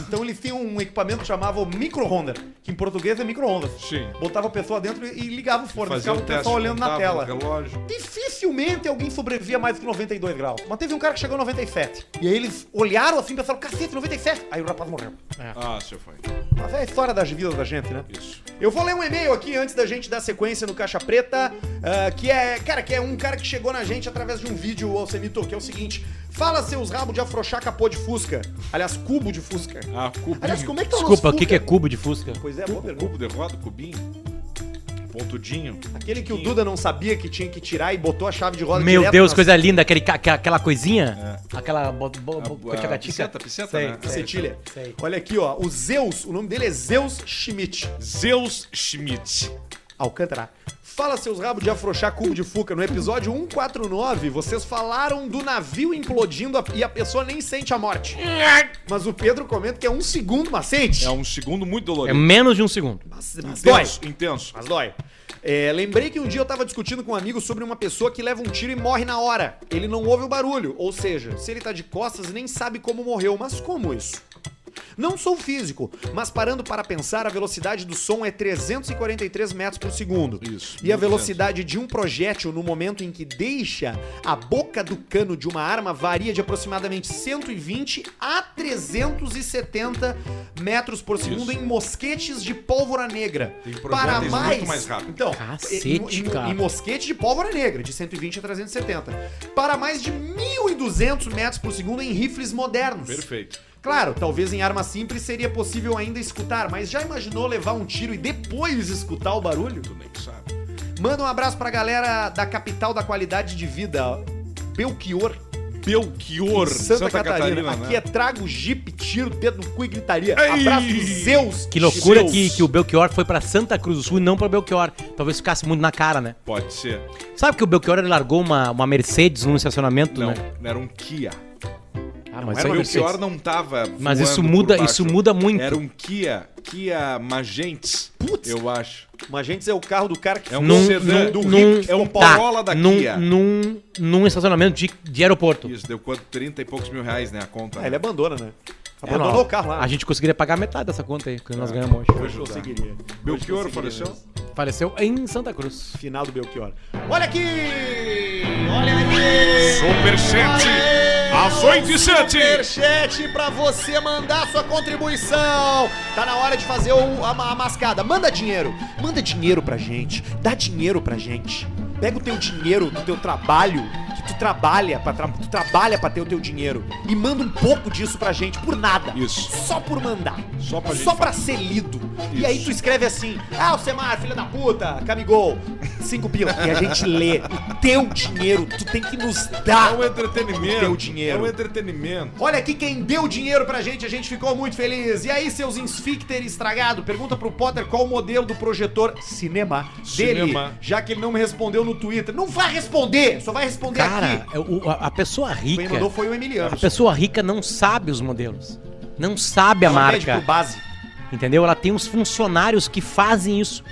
B: Então eles tinham um equipamento que chamava o micro-honda, que em português é micro-ondas.
A: Sim.
B: Botava a pessoa dentro e e ligava o forno,
A: Fazer
B: ficava
A: o
B: o
A: teste.
B: pessoal olhando na
A: montava
B: tela.
A: no Relógio.
B: Dificilmente alguém sobrevivia mais do que 92 graus. Mas teve um cara que chegou a 97. E aí eles olharam assim e pensaram, cacete, 97. Aí o rapaz morreu.
A: Ah, seu foi.
B: Mas é a história das vidas da gente, né?
A: Isso.
B: Eu vou ler um e-mail aqui antes da gente dar sequência no Caixa Preta, ah, que é, cara, que é um cara que chegou na gente através de um vídeo, Alcemito, que é o seguinte: Fala seus rabos de afrouxar capô de Fusca. Aliás, cubo de Fusca.
A: Ah, cubinho.
B: Aliás, como é que tá
C: Desculpa, o
B: nosso
C: que, que é
B: Fusca?
C: cubo de Fusca?
B: Pois é, boa pergunta.
A: Cubo de roda, cubinho. Pontudinho.
B: Aquele que o Duda não sabia que tinha que tirar e botou a chave de roda
C: Meu
B: direto É.
C: Deus,
B: nas-
C: coisa linda, aquele, ca- aquela, aquela coisinha. Aquela. Bo,
B: Ah,
C: bo,
A: A-
C: bo,
A: a-
C: tica- tica-
A: piceta, piceta,
C: sei,
A: né?
C: sei.
B: Cetilha.
C: Sei.
B: Olha aqui, ó. O Zeus, o nome dele é Zeus Schmidt.
A: Zeus Schmidt.
B: Alcântara. Fala seus rabos de afrouxar cubo de fuca. No episódio 149, vocês falaram do navio implodindo a- e a pessoa nem sente a morte. Mas o Pedro comenta que é um segundo, mas sente.
A: É um segundo muito
C: É
A: dolorido.
C: menos de um segundo.
B: Mas, mas dói.
A: intenso, intenso.
B: Mas dói. É, lembrei que um dia eu tava discutindo com um amigo sobre uma pessoa que leva um tiro e morre na hora. Ele não ouve o barulho, ou seja, se ele tá de costas, nem sabe como morreu. Mas como isso? Não sou físico, mas parando para pensar, a velocidade do som é 343 metros por segundo.
A: Isso,
B: E a
A: muito
B: velocidade de um projétil no momento em que deixa a boca do cano de uma arma varia de aproximadamente 120 a 370 metros por segundo em mosquetes de pólvora negra.
A: Tem
B: Para
A: projéteis
B: mais.
A: muito mais rápido.
B: Então,
C: Cacete,
B: em, em-
C: cara.
B: em mosquete de pólvora negra, de 120 a 370. Para mais de 1.200 metros por segundo em rifles modernos.
A: Perfeito.
B: Claro, talvez em arma simples seria possível ainda escutar, mas já imaginou levar um tiro e depois escutar o barulho?
A: Tu nem sabe.
B: Manda um abraço pra galera da capital da qualidade de vida, Belchior,
A: Belchior,
B: Santa, Catarina. Aqui
A: né?
B: é trago jipe, tiro, dedo no cu e gritaria.
A: Ei!
B: Abraço dos Zeus.
C: Que loucura
A: Zeus.
C: que, que o Belchior foi pra Santa Cruz do Sul e não pra Belchior. Talvez ficasse muito na cara, né?
A: Pode ser.
C: Sabe que o Belchior ele largou uma, uma Mercedes num estacionamento,
A: Não,
C: né?
A: era um Kia.
C: Ah,
A: Mas
C: aí
A: o Belchior
C: Mercedes.
A: não tava
C: Mas
A: voando
C: isso
A: por
C: muda-
A: baixo.
C: isso muda muito.
A: Era um Kia, Kia Magentes,
B: Putz.
A: eu acho.
B: Magentes é o carro do cara que
A: É um
C: num,
A: sedã
C: num,
A: do
C: num,
A: Rick, é um
C: tá,
A: Corolla da
C: num,
A: Kia.
C: Num, num estacionamento de, de aeroporto.
A: Isso, deu quanto? 30 e poucos mil reais, né, a conta.
B: Ah, ele abandona, né?
C: É,
B: Abandonou
C: não,
B: o carro lá.
C: A gente conseguiria pagar metade dessa conta aí, que
A: É.
C: nós ganhamos hoje.
A: Hoje eu
B: conseguiria.
A: Belchior
B: Hoje conseguiria,
A: faleceu?
B: né?
C: Faleceu em Santa Cruz.
B: Final do Belchior.
D: Olha aqui! Olha aqui!
A: Superchat, às oito e sete.
D: Superchat pra você mandar sua contribuição!
B: Tá na hora de fazer o- a, ma- a mascada. Manda dinheiro. Manda dinheiro pra gente. Dá dinheiro pra gente. Pega o teu dinheiro do teu trabalho, que tu trabalha pra, tra- tu trabalha pra ter o teu dinheiro. E manda um pouco disso pra gente, por nada.
A: Isso.
B: Só por mandar.
A: Só pra gente
B: ser lido. E
A: Isso.
B: aí tu escreve assim, ah, o Semar, filha da puta, Camigol, cinco pila. E a gente lê. O teu dinheiro, tu tem que nos
A: É
B: dar.
A: um entretenimento.
B: Deu dinheiro.
A: É um entretenimento.
B: Olha aqui quem deu dinheiro pra gente, a gente ficou muito feliz. E aí, seus esfíncter estragado, pergunta pro Potter qual o modelo do projetor cinema dele,
A: Cinema.
B: já que ele não me respondeu no Twitter. Não vai responder, só vai responder
C: Cara, é o- a, a pessoa
B: Quem
C: rica.
B: mandou foi o Emiliano.
C: A pessoa rica não sabe os modelos. Não sabe é a
B: Ela pede
C: marca.
B: pro base.
C: Entendeu? Ela tem uns funcionários que fazem isso.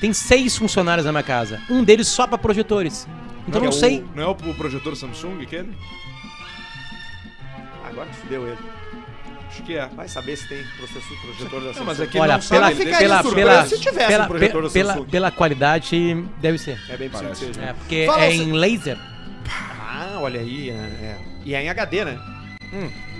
C: Tem seis funcionários na minha casa. Um deles só pra projetores. Então eu não
A: é o-
C: sei.
A: não é o projetor Samsung aquele?
B: Agora tu fudeu ele.
A: Acho que é.
B: Vai saber se tem processo projetor da
A: Não, mas é que
C: Olha,
A: ele não sabe,
C: pela,
A: ele
B: fica
A: deve-
C: pela,
B: aí surpreso
C: pela,
B: se tivesse
C: pela,
B: um projetor da
C: pela-
B: Samsung.
C: pela qualidade, deve ser.
B: É bem possível que
A: Parece.
B: seja.
C: É, porque
B: Fala, assim,
C: é
B: você-
C: em laser.
B: Ah, olha aí. é, é. E é em HD, né?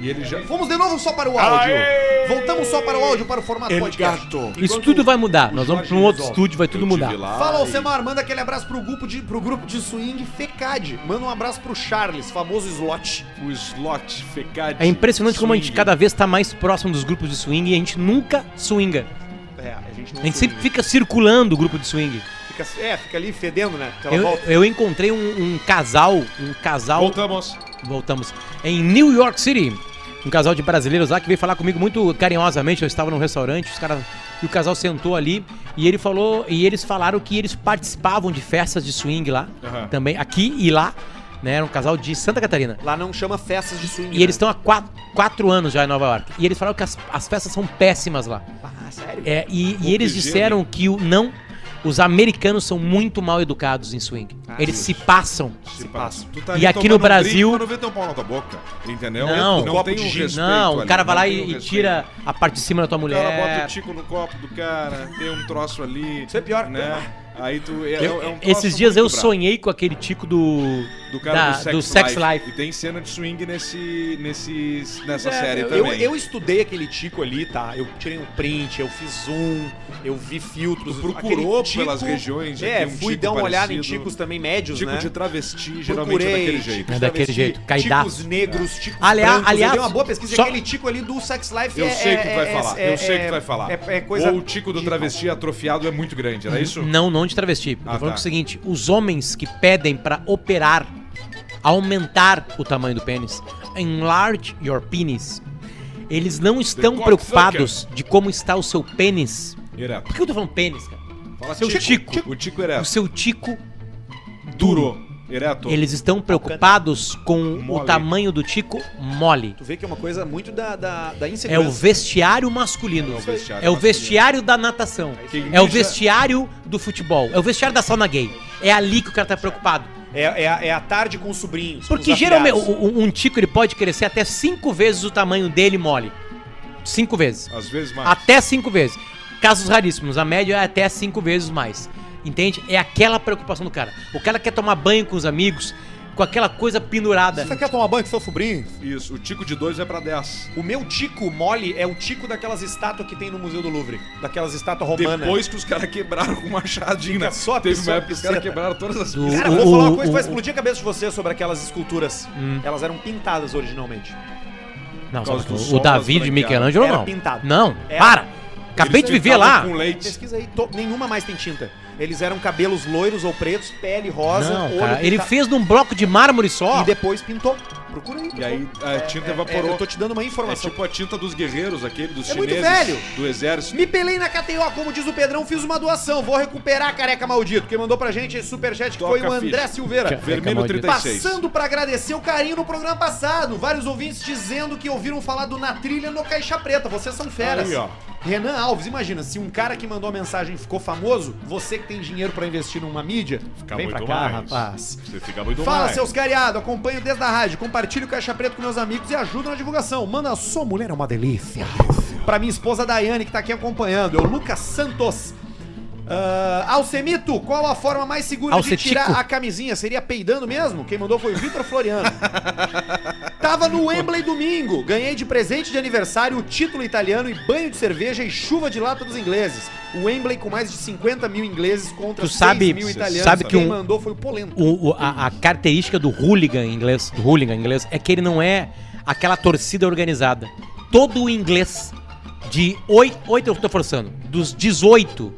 A: E ele já...
B: Fomos de novo só para o áudio.
A: Aê!
B: Voltamos só para o áudio, para o formato podcast.
C: Isso tudo vai mudar. Nós vamos
A: Jorge
C: pra um outro
A: resolve.
C: estúdio, vai tudo
A: Eu
C: mudar.
A: tive lá
B: Fala,
A: e-
B: Alcemar, manda aquele abraço pro grupo de, pro grupo de swing FECAD. Manda um abraço pro Charles, famoso slot.
A: O slot fecado.
C: É impressionante como a gente cada vez tá mais próximo dos grupos de swing e a gente nunca swinga.
B: É, a gente não
C: A gente sempre fica circulando o grupo de swing.
B: fica... fica- É, fica ali fedendo, né? Aquela
C: Eu,
B: volta.
C: eu encontrei um, um casal, um casal
A: Voltamos.
C: voltamos. Em New York City, um casal de brasileiros lá que veio falar comigo muito carinhosamente. Eu estava num restaurante, os caras e o casal sentou ali e ele falou e eles falaram que eles participavam de festas de swing lá,
A: Aham.
C: também aqui e lá, né? Era um casal de Santa Catarina.
B: Lá não chama festas de swing.
C: E eles
B: né?
C: estão há quatro, quatro anos já em Nova York. E eles falaram que as, as festas são péssimas lá.
B: Ah, sério?
C: É, e, e
A: que
C: eles
A: gênio.
C: disseram que o não. Os americanos são muito mal educados em swing.
B: Ah,
C: eles
B: isso.
C: se passam.
A: Se
B: passa.
A: passa. Tu tá
C: E
A: ali
C: aqui no
A: tomando um
C: Brasil-
A: drink, tu não vê teu pau na tua boca, entendeu?
C: Não.
A: não
B: Copo
A: tem
B: de
A: um
B: gin.
A: respeito
C: não, o
A: ali,
C: cara vai lá
A: não tem um
C: e, e
A: respeito.
C: tira a parte de cima da tua
A: O
C: mulher.
A: cara bota o tico no copo do cara, tem um troço ali.
B: Isso é pior.
A: Né? Aí tu. é-
C: Eu-
A: é um troço
C: esses dias eu
A: muito brabo.
C: sonhei com aquele tico do.
A: Do cara
C: da-
A: do, sex, life. E tem cena de swing nesse, nesse, nessa série
B: É, eu,
A: também.
B: eu estudei aquele tico ali, tá? Eu tirei um print, eu fiz zoom, eu vi filtros.
A: Tu procurou
B: Aquele
A: pelas regiões,
B: É,
A: aqui um
B: fui
A: tico
B: dar uma olhada em
A: parecido.
B: ticos também médios,
A: Tico
B: né?
A: de travesti, geralmente
B: Procurei
A: é daquele jeito.
C: É daquele
B: travesti,
C: jeito, caidaço.
B: Ticos negros, ticos
C: Aliás-
B: brancos.
C: aliás,
B: eu dei uma boa pesquisa. e
C: só-
B: Aquele tico ali do Sex Life
A: Eu
B: é-
A: sei que tu
B: é-
A: vai
B: é-
A: falar,
B: é-
A: eu sei que
B: é-
A: tu vai falar.
B: É, é coisa...
A: Ou o tico do travesti atrofiado é muito grande, era isso?
C: Não, não de travesti. Eu
A: Ah,
C: Tô falando
A: tá.
C: que é o seguinte: os homens que pedem pra operar, aumentar o tamanho do pênis, enlarge your penis, eles não estão
A: cock
C: preocupados de como está o seu pênis.
A: Ereto.
C: Por que eu tô falando pênis, cara?
A: Fala
C: Seu tico.
A: O tico é
C: O
A: ereto.
C: seu tico,
A: Duro. Ereto.
C: eles estão preocupados com o
A: Mole.
C: tamanho do tico mole.
B: Tu vê que é uma coisa muito da, da, da
C: É o
B: insegurança.
C: vestiário masculino.
A: É o vestiário
C: É o
A: masculino.
C: vestiário da natação.
A: Quem
C: É o
A: mija-
C: vestiário do futebol. É o vestiário da sauna gay. É ali que o cara tá preocupado.
B: É, é, a- é a tarde com os sobrinhos. com
C: Porque
B: os
C: geralmente
B: afilhados.
C: um, um tico ele pode crescer até cinco vezes o tamanho dele mole. Cinco vezes.
A: Às vezes mais.
C: Até cinco vezes. Casos raríssimos. A média é até cinco vezes mais. Entende? É aquela preocupação do cara. O cara quer tomar banho com os amigos, com aquela coisa pendurada.
B: Você quer tomar banho com seu sobrinho?
A: Isso. O tico de dois é pra 10.
B: O meu tico mole é o tico daquelas estátuas que tem no Museu do Louvre. Daquelas estátuas romanas.
A: Depois que os caras quebraram com machadinho, né?
B: Fica só a
A: Teve
B: pessoa
A: uma época que os caras
B: pisceta.
A: quebraram todas as
C: Do-
B: Cara,
C: O-
B: vou falar uma
C: o-
B: coisa que vai
C: o- Hum.
B: explodir a cabeça de você sobre aquelas esculturas. Elas eram pintadas originalmente.
C: Não,
A: Por causa
C: só-
A: do
C: o,
A: sol,
C: Davi
A: das
C: de
A: branqueadas.
C: Michelangelo
B: Era
C: não.
B: pintado.
C: Não,
B: Era.
C: para. Acabei
A: Eles
C: de viver lá.
A: estavam Com leite.
B: Pesquisa aí, to- nenhuma mais tem tinta. Eles eram cabelos loiros ou pretos, pele rosa,
C: Não, cara, ele
B: pinta-
C: fez num bloco de mármore só.
B: e depois pintou. Procura aí.
A: E aí a tinta
B: É,
A: evaporou.
B: eu tô te dando uma
A: É
B: informação.
A: tipo a tinta dos guerreiros, aquele dos
B: É muito
A: chineses.
B: velho.
A: Do exército.
B: Me pelei na KTO, como diz o Pedrão, fiz uma doação. Vou recuperar, careca maldito. Quem mandou pra gente esse superchat que
A: Toca
B: foi o
A: a
B: André
A: ficha.
B: Silveira.
C: Tchau.
A: Vermelho
C: maldito.
A: 36.
B: Passando pra agradecer o carinho no programa passado. Vários ouvintes dizendo que ouviram falar do Na Trilha no Caixa Preta. Vocês são feras.
A: Aí, ó.
B: Renan Alves, imagina, se um cara que mandou a mensagem ficou famoso, você que tem dinheiro pra investir numa mídia,
A: Fica
B: vem pra
A: muito
B: cá,
A: mais.
B: rapaz.
A: Você fica muito
B: Fala,
A: mais.
B: seus cariados, acompanho desde a rádio, compartilho o Caixa Preto com meus amigos e ajudo na divulgação. Manda sua mulher é uma delícia. Pra minha esposa Daiane, que tá aqui acompanhando, é o Lucas Santos. Ah, Alcemito, qual a forma mais segura de
C: Alcetico.
B: tirar a camisinha? Seria peidando mesmo? Quem mandou foi o Vitor Floriano. Tava no Wembley domingo, ganhei de presente de aniversário o título italiano e banho de cerveja e chuva de lata dos ingleses. O Wembley com mais de 50 mil ingleses contra
C: Tu sabe-
B: 6 mil
C: cê
B: italianos.
C: sabe que
B: Quem
C: um-
B: mandou foi o Polenta.
C: O- o- a, a característica do hooligan inglês, do hooligan inglês, é que ele não é aquela torcida organizada. Todo o inglês de 8, eu tô forçando, dos 18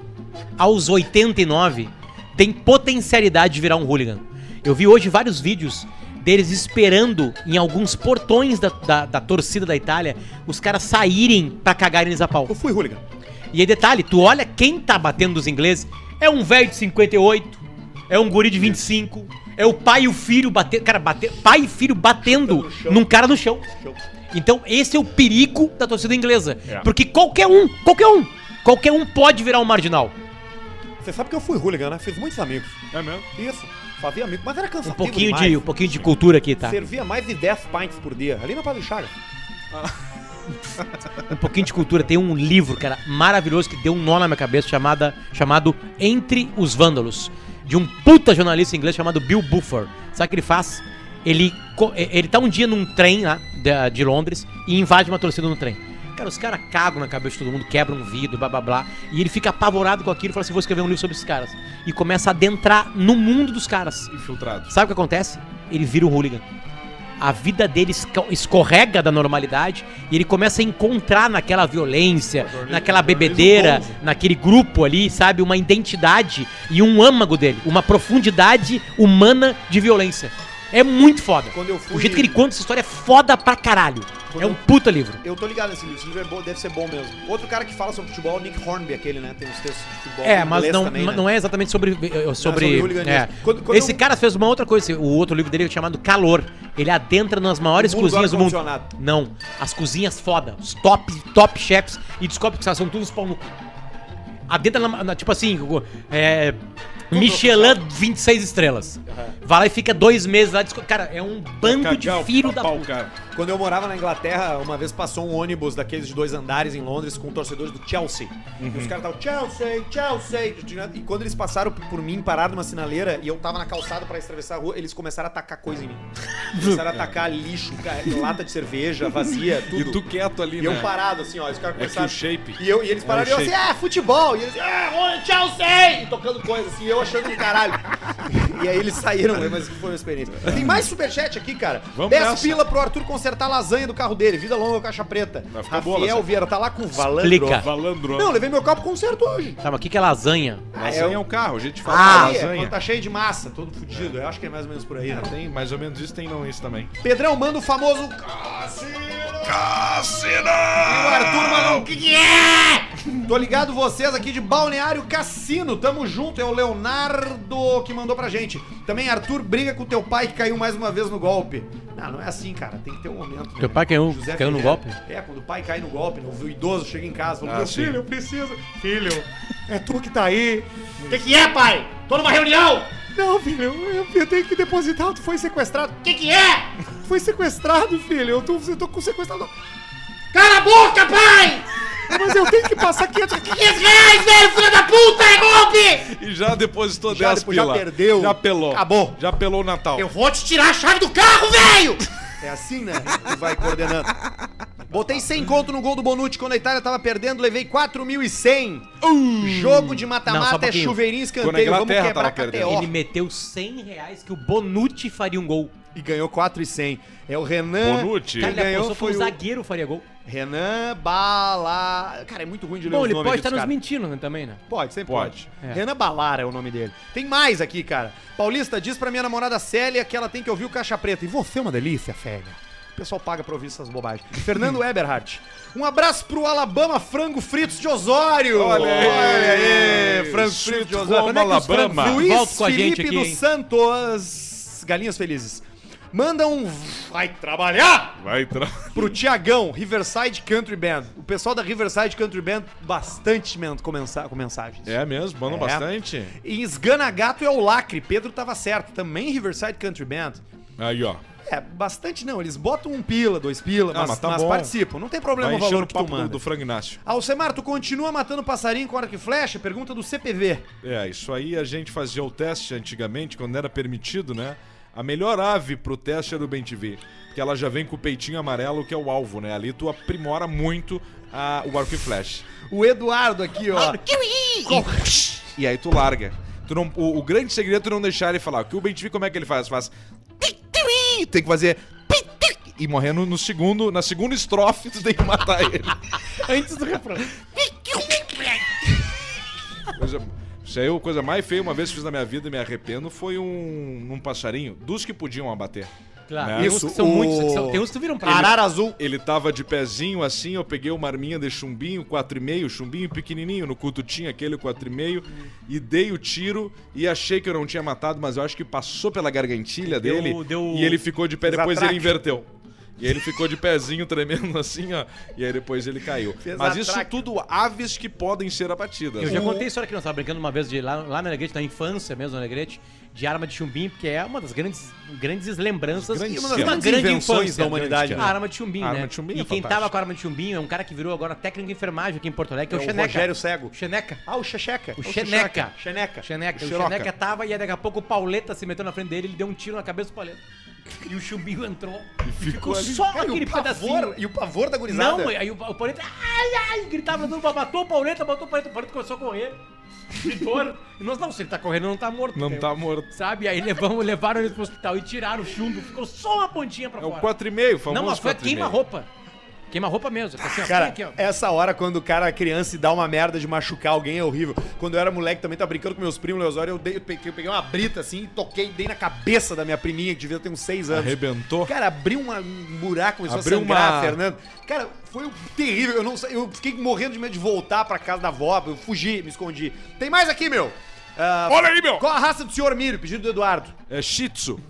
C: aos 89 tem potencialidade de virar um hooligan. Eu vi hoje vários vídeos deles esperando em alguns portões da, da, da torcida da Itália os caras saírem pra cagarem eles a pau.
B: Eu fui hooligan.
C: E aí, detalhe, tu olha quem tá batendo dos ingleses, é um velho de 58, é um guri de 25, É o pai e o filho batendo. Cara, bate, pai e filho batendo num cara Tá no chão. Então, esse é o perigo da torcida inglesa.
E: É.
C: Porque qualquer um, qualquer um, qualquer um pode virar um marginal.
B: Você sabe que eu fui hooligan, né? Fiz muitos amigos.
A: É mesmo?
B: Isso. Fazia amigos, mas era
C: Um
B: cansativo
C: pouquinho,
B: demais.
C: de, um pouquinho de cultura aqui, tá?
B: Servia mais de 10 pints por dia. Ali na Padre Chagas.
C: Um pouquinho de cultura. Tem um livro, cara, maravilhoso que deu um nó na minha cabeça chamada, chamado Entre os Vândalos, de um puta jornalista inglês chamado Bill Buffer. Sabe o que ele faz? Ele, co- eh, ele tá um dia num trem lá da- de, Londres e invade uma torcida no trem. Cara, os caras cagam na cabeça de todo mundo, quebram um vidro, blá blá blá. E ele fica apavorado com aquilo e fala assim: vou escrever um livro sobre esses caras. E começa a adentrar no mundo dos caras.
A: Infiltrado.
C: Sabe o que acontece? Ele vira um hooligan. A vida dele esco- escorrega da normalidade e ele começa a encontrar naquela violência, naquela bebedeira, naquele grupo ali, sabe, uma identidade e um âmago dele, uma profundidade humana de violência. É muito foda.
B: Quando eu fui-
C: O jeito que ele conta essa história é foda pra caralho.
B: Quando
C: É um puta livro.
B: Eu tô ligado nesse livro, esse livro é bom, deve ser bom mesmo. Outro cara que fala sobre futebol é o Nick Hornby, aquele, né? Tem uns textos de futebol.
C: É, mas
B: inglês
C: não,
B: também,
C: ma-
B: né?
C: não é exatamente sobre. eh, eh, sobre,
B: sobre hooliganismo.
C: é.
B: Quando- quando
C: Esse
B: eu-
C: cara fez uma outra coisa, o outro livro dele é chamado Calor. Ele adentra nas maiores
B: O mundo do
C: cozinhas do mundo.
B: ar-condicionado.
C: Não, as cozinhas foda, os top, top chefs, e descobre que são todos pau no cu. Adentra na, na- tipo assim, o- é, Michelin 26 estrelas. Vai lá e fica dois meses lá. desco- Cara, é um bando de
A: Cagar o
C: filho da
A: pau,
C: puta.
A: cara.
B: Quando eu morava na Inglaterra, uma vez passou um ônibus daqueles de dois andares em Londres com torcedores do Chelsea. E
A: Uhum.
B: os caras estavam, Chelsea, Chelsea. E quando eles passaram por mim, pararam numa sinaleira e eu tava na calçada pra atravessar a rua, eles começaram a atacar coisa em mim. Começaram a atacar lixo, cara, lata de cerveja, vazia, tudo.
A: E tu quieto ali,
B: E
A: né?
B: eu parado, assim, ó. Os caras
A: É que
B: começaram.
A: o shape-
B: E, eu, e eles
A: é
B: pararam
A: o
B: e eu assim,
A: shape.
B: é, futebol! E eles, é, olha, tchau, sei! E tocando coisa, assim, eu achando do caralho. e aí eles saíram, né, mas foi uma experiência. Tem mais superchat aqui, cara.
A: Vamos
B: 10
A: nessa.
B: pila pro Arthur consertar a lasanha do carro dele. Vida longa, caixa preta.
A: Vai ficar boa a
B: Rafael
A: lasanha.
B: Vieira tá lá com o Valandro.
C: Explica.
A: Valandro.
B: Não, eu levei meu carro pro concerto hoje.
C: Tá, mas o que, que é lasanha?
A: Lasanha
B: Ah,
A: é
B: eu-
A: o carro, a gente fala
C: Ah,
A: ah,
B: Aí, é,
A: lasanha.
B: quando tá cheio de massa, todo fudido. Eu acho que é mais ou menos por aí, né?
A: Tem mais ou menos isso, tem não isso também.
B: Pedrão, manda o famoso... Cassino! E o Arthur mandou o que, que é? Tô ligado vocês aqui de Balneário Cassino. Tamo junto, é o Leonardo que mandou pra gente. Também Arthur briga com teu pai que caiu mais uma vez no golpe. Não, não é assim, cara. Tem que ter um momento. né?
C: Teu pai caiu- caiu no
B: Ferreira.
C: golpe?
B: É, quando o pai cai no golpe, né? o idoso chega em casa e fala:
A: Ah,
B: Meu
A: sim.
B: filho, eu preciso. Filho, é tu que tá aí.
D: O que, que é, pai? Tô numa reunião!
B: Não, filho, eu, eu tenho que depositar. Tu foi sequestrado.
D: O que, que é?
B: Tu foi sequestrado, filho. Eu tô, eu tô com sequestrador.
D: Cala a boca, pai!
B: Mas eu tenho que passar 500 aqui.
D: 500 reais, velho, filho da puta, é golpe!
A: E já depositou
B: Já
A: 10
B: depo- já
A: pila.
B: perdeu.
A: Já pelou.
B: Acabou.
A: Já pelou o Natal.
D: Eu vou te tirar a chave do carro, velho!
B: É assim, né? Tu vai coordenando. Botei 100 conto no gol do Bonucci quando a Itália tava perdendo, levei 4.100. Jogo de
C: Uh! Não, só um
B: mata-mata é
C: pouquinho.
B: chuveirinho,
A: Quando a
B: escanteio, vamos
A: Inglaterra
B: quebrar
A: tava perdendo.
B: KTO.
C: Ele meteu 100 reais que o Bonucci faria um gol.
B: E ganhou 4.100. É o Renan...
A: Bonucci.
B: Quem
C: Cara, ele
B: ganhou
C: apostou que um
B: foi o
C: zagueiro faria gol.
B: Renan Bala... Cara, é muito ruim de ler
C: Bom,
B: os
C: ele
B: nomes
C: pode
B: aqui
C: estar
B: dos
C: nos
B: caras.
C: mentindo né, também, né?
B: Pode, sempre pode.
A: Pode.
C: É.
B: Renan Balara é o nome dele. Tem mais aqui, cara. Paulista, diz pra minha namorada Célia que ela tem que ouvir o Caixa Preta. E você é uma delícia, Célia. O pessoal paga pra ouvir essas bobagens. Fernando Eberhardt. Um abraço pro Alabama Frango Fritos de Osório.
A: Olha aí.
B: Frango
A: Fritos
B: Fritos de
A: como
B: Osório. Como é que os
A: Alabama.
B: frangos- Luiz
C: Volta com a gente
B: Felipe
C: aqui,
B: dos
C: hein?
B: Santos. Galinhas Felizes. Manda um vai trabalhar
A: Vai entrar.
B: pro Tiagão, Riverside Country Band. O pessoal da Riverside Country Band, bastante men- comensa- com mensagens.
A: É mesmo, mandam
B: É.
A: bastante.
B: Em Esgana Gato é o lacre. Pedro tava certo. Também Riverside Country Band.
A: Aí, ó.
B: É, bastante não. Eles botam um pila, dois pila,
A: Ah,
B: mas,
A: mas tá
B: mas
A: bom.
B: participam. Não tem problema
A: Vai
B: o
A: enchendo
B: valor
A: o
B: que tu
A: papo do,
B: manda.
A: do Frango Inácio.
B: Alcemar, tu continua matando passarinho com arco e flecha? Pergunta do CPV.
A: É, isso aí a gente fazia o teste antigamente, quando era permitido, né? A melhor ave pro teste era o Bem TV. Porque ela já vem com o peitinho amarelo, que é o alvo, né? Ali tu aprimora muito a- o arco e flecha.
B: O Eduardo aqui, ó.
C: Ah,
A: E aí tu larga. Tu não, o, o grande segredo é tu não deixar ele falar. Porque o Ben TV, como é que ele faz? Faz. tic, tic, Tem que fazer. tic, tic, E morrendo no segundo, na segunda estrofe, tu tem que matar ele.
C: Antes do refrão.
A: Coisa, isso aí, é a coisa mais feia uma vez que fiz na minha vida e me arrependo foi um, um passarinho dos que podiam abater.
C: Claro.
A: Né?
C: Tem uns
B: Isso,
C: que são
B: o-
C: muito. que são- Tem uns que um viram pra
B: Arara azul.
A: Ele tava de pezinho assim, eu peguei uma arminha de chumbinho, 4,5, chumbinho pequenininho, no culto tinha aquele 4,5, e dei o tiro e achei que eu não tinha matado, mas eu acho que passou pela gargantilha
C: Deu-
A: dele
C: deu-
A: e ele ficou de pé,
B: Fez
A: depois
B: atraque.
A: ele inverteu. E ele ficou de pezinho tremendo assim, ó, e aí depois ele caiu.
B: Fez
A: mas isso
B: atraque.
A: tudo aves que podem ser abatidas.
C: Eu já
A: né?
C: contei a história que nós tava brincando uma vez de lá, lá na Alegrete, na infância mesmo, na Alegrete, de arma de chumbinho, porque é uma das grandes, grandes lembranças
A: Grandes-
C: e uma das
A: grandes
C: grande
B: invenções
C: infância
B: da humanidade,
C: A
B: né?
C: arma de chumbinho,
A: A
C: né?
A: arma de chumbinho
C: e
A: é
C: quem
A: fantástica.
C: tava com a arma de chumbinho é um cara que virou agora técnico de enfermagem aqui em Porto Alegre, que
B: É
C: é
B: o
C: o Xeneca.
B: Rogério Cego.
C: Xeneca.
B: Ah, o Xexeca.
C: O Xeneca.
B: Xeneca.
C: Xeneca. O
A: Xeroca.
C: Xeneca tava e aí daqui a pouco o Pauleta se meteu na frente dele, ele deu um tiro na cabeça do Pauleta. E o chumbinho entrou. E
A: ficou ali.
C: só
B: Cara, e
C: aquele
B: o pavor,
C: pedacinho.
B: e o pavor da gurizada.
C: Não, aí o, o Pauleta. Ai, ai! Gritava, não, matou o Pauleta, matou o Pauleta. O Pauleta começou a correr. Gritou. E nós, não, se ele tá correndo, não tá morto.
A: Não
C: entendeu?
A: tá morto.
C: Sabe? Aí levaram, levaram ele pro hospital e tiraram o chumbo. Ficou só uma pontinha pra
A: É o
C: fora.
A: 4,5, famoso
C: não, mas foi
A: 4,5.
C: queima-roupa. Queima-roupa mesmo. Tá assim, ó,
B: Cara,
C: aqui,
A: é,
C: ó.
B: essa hora quando o cara, a criança, e dá uma merda de machucar alguém é horrível. Quando eu era moleque também, tava brincando com meus primos, Leosório, eu, dei, eu peguei eu peguei uma brita assim, e toquei, dei na cabeça da minha priminha, que devia ter uns seis anos.
A: Arrebentou.
B: Cara, abriu uma- um buraco, começou
A: Abriu
B: a sangrar,
A: uma-
B: Fernando. Cara, foi terrível. Eu, não, sa- eu fiquei morrendo de medo de voltar pra casa da avó, eu fugi, me escondi. Tem mais aqui, meu! Ah,
A: Olha aí, meu!
B: Qual a raça do senhor Mírio? Pedido do Eduardo.
A: É Shih Tzu.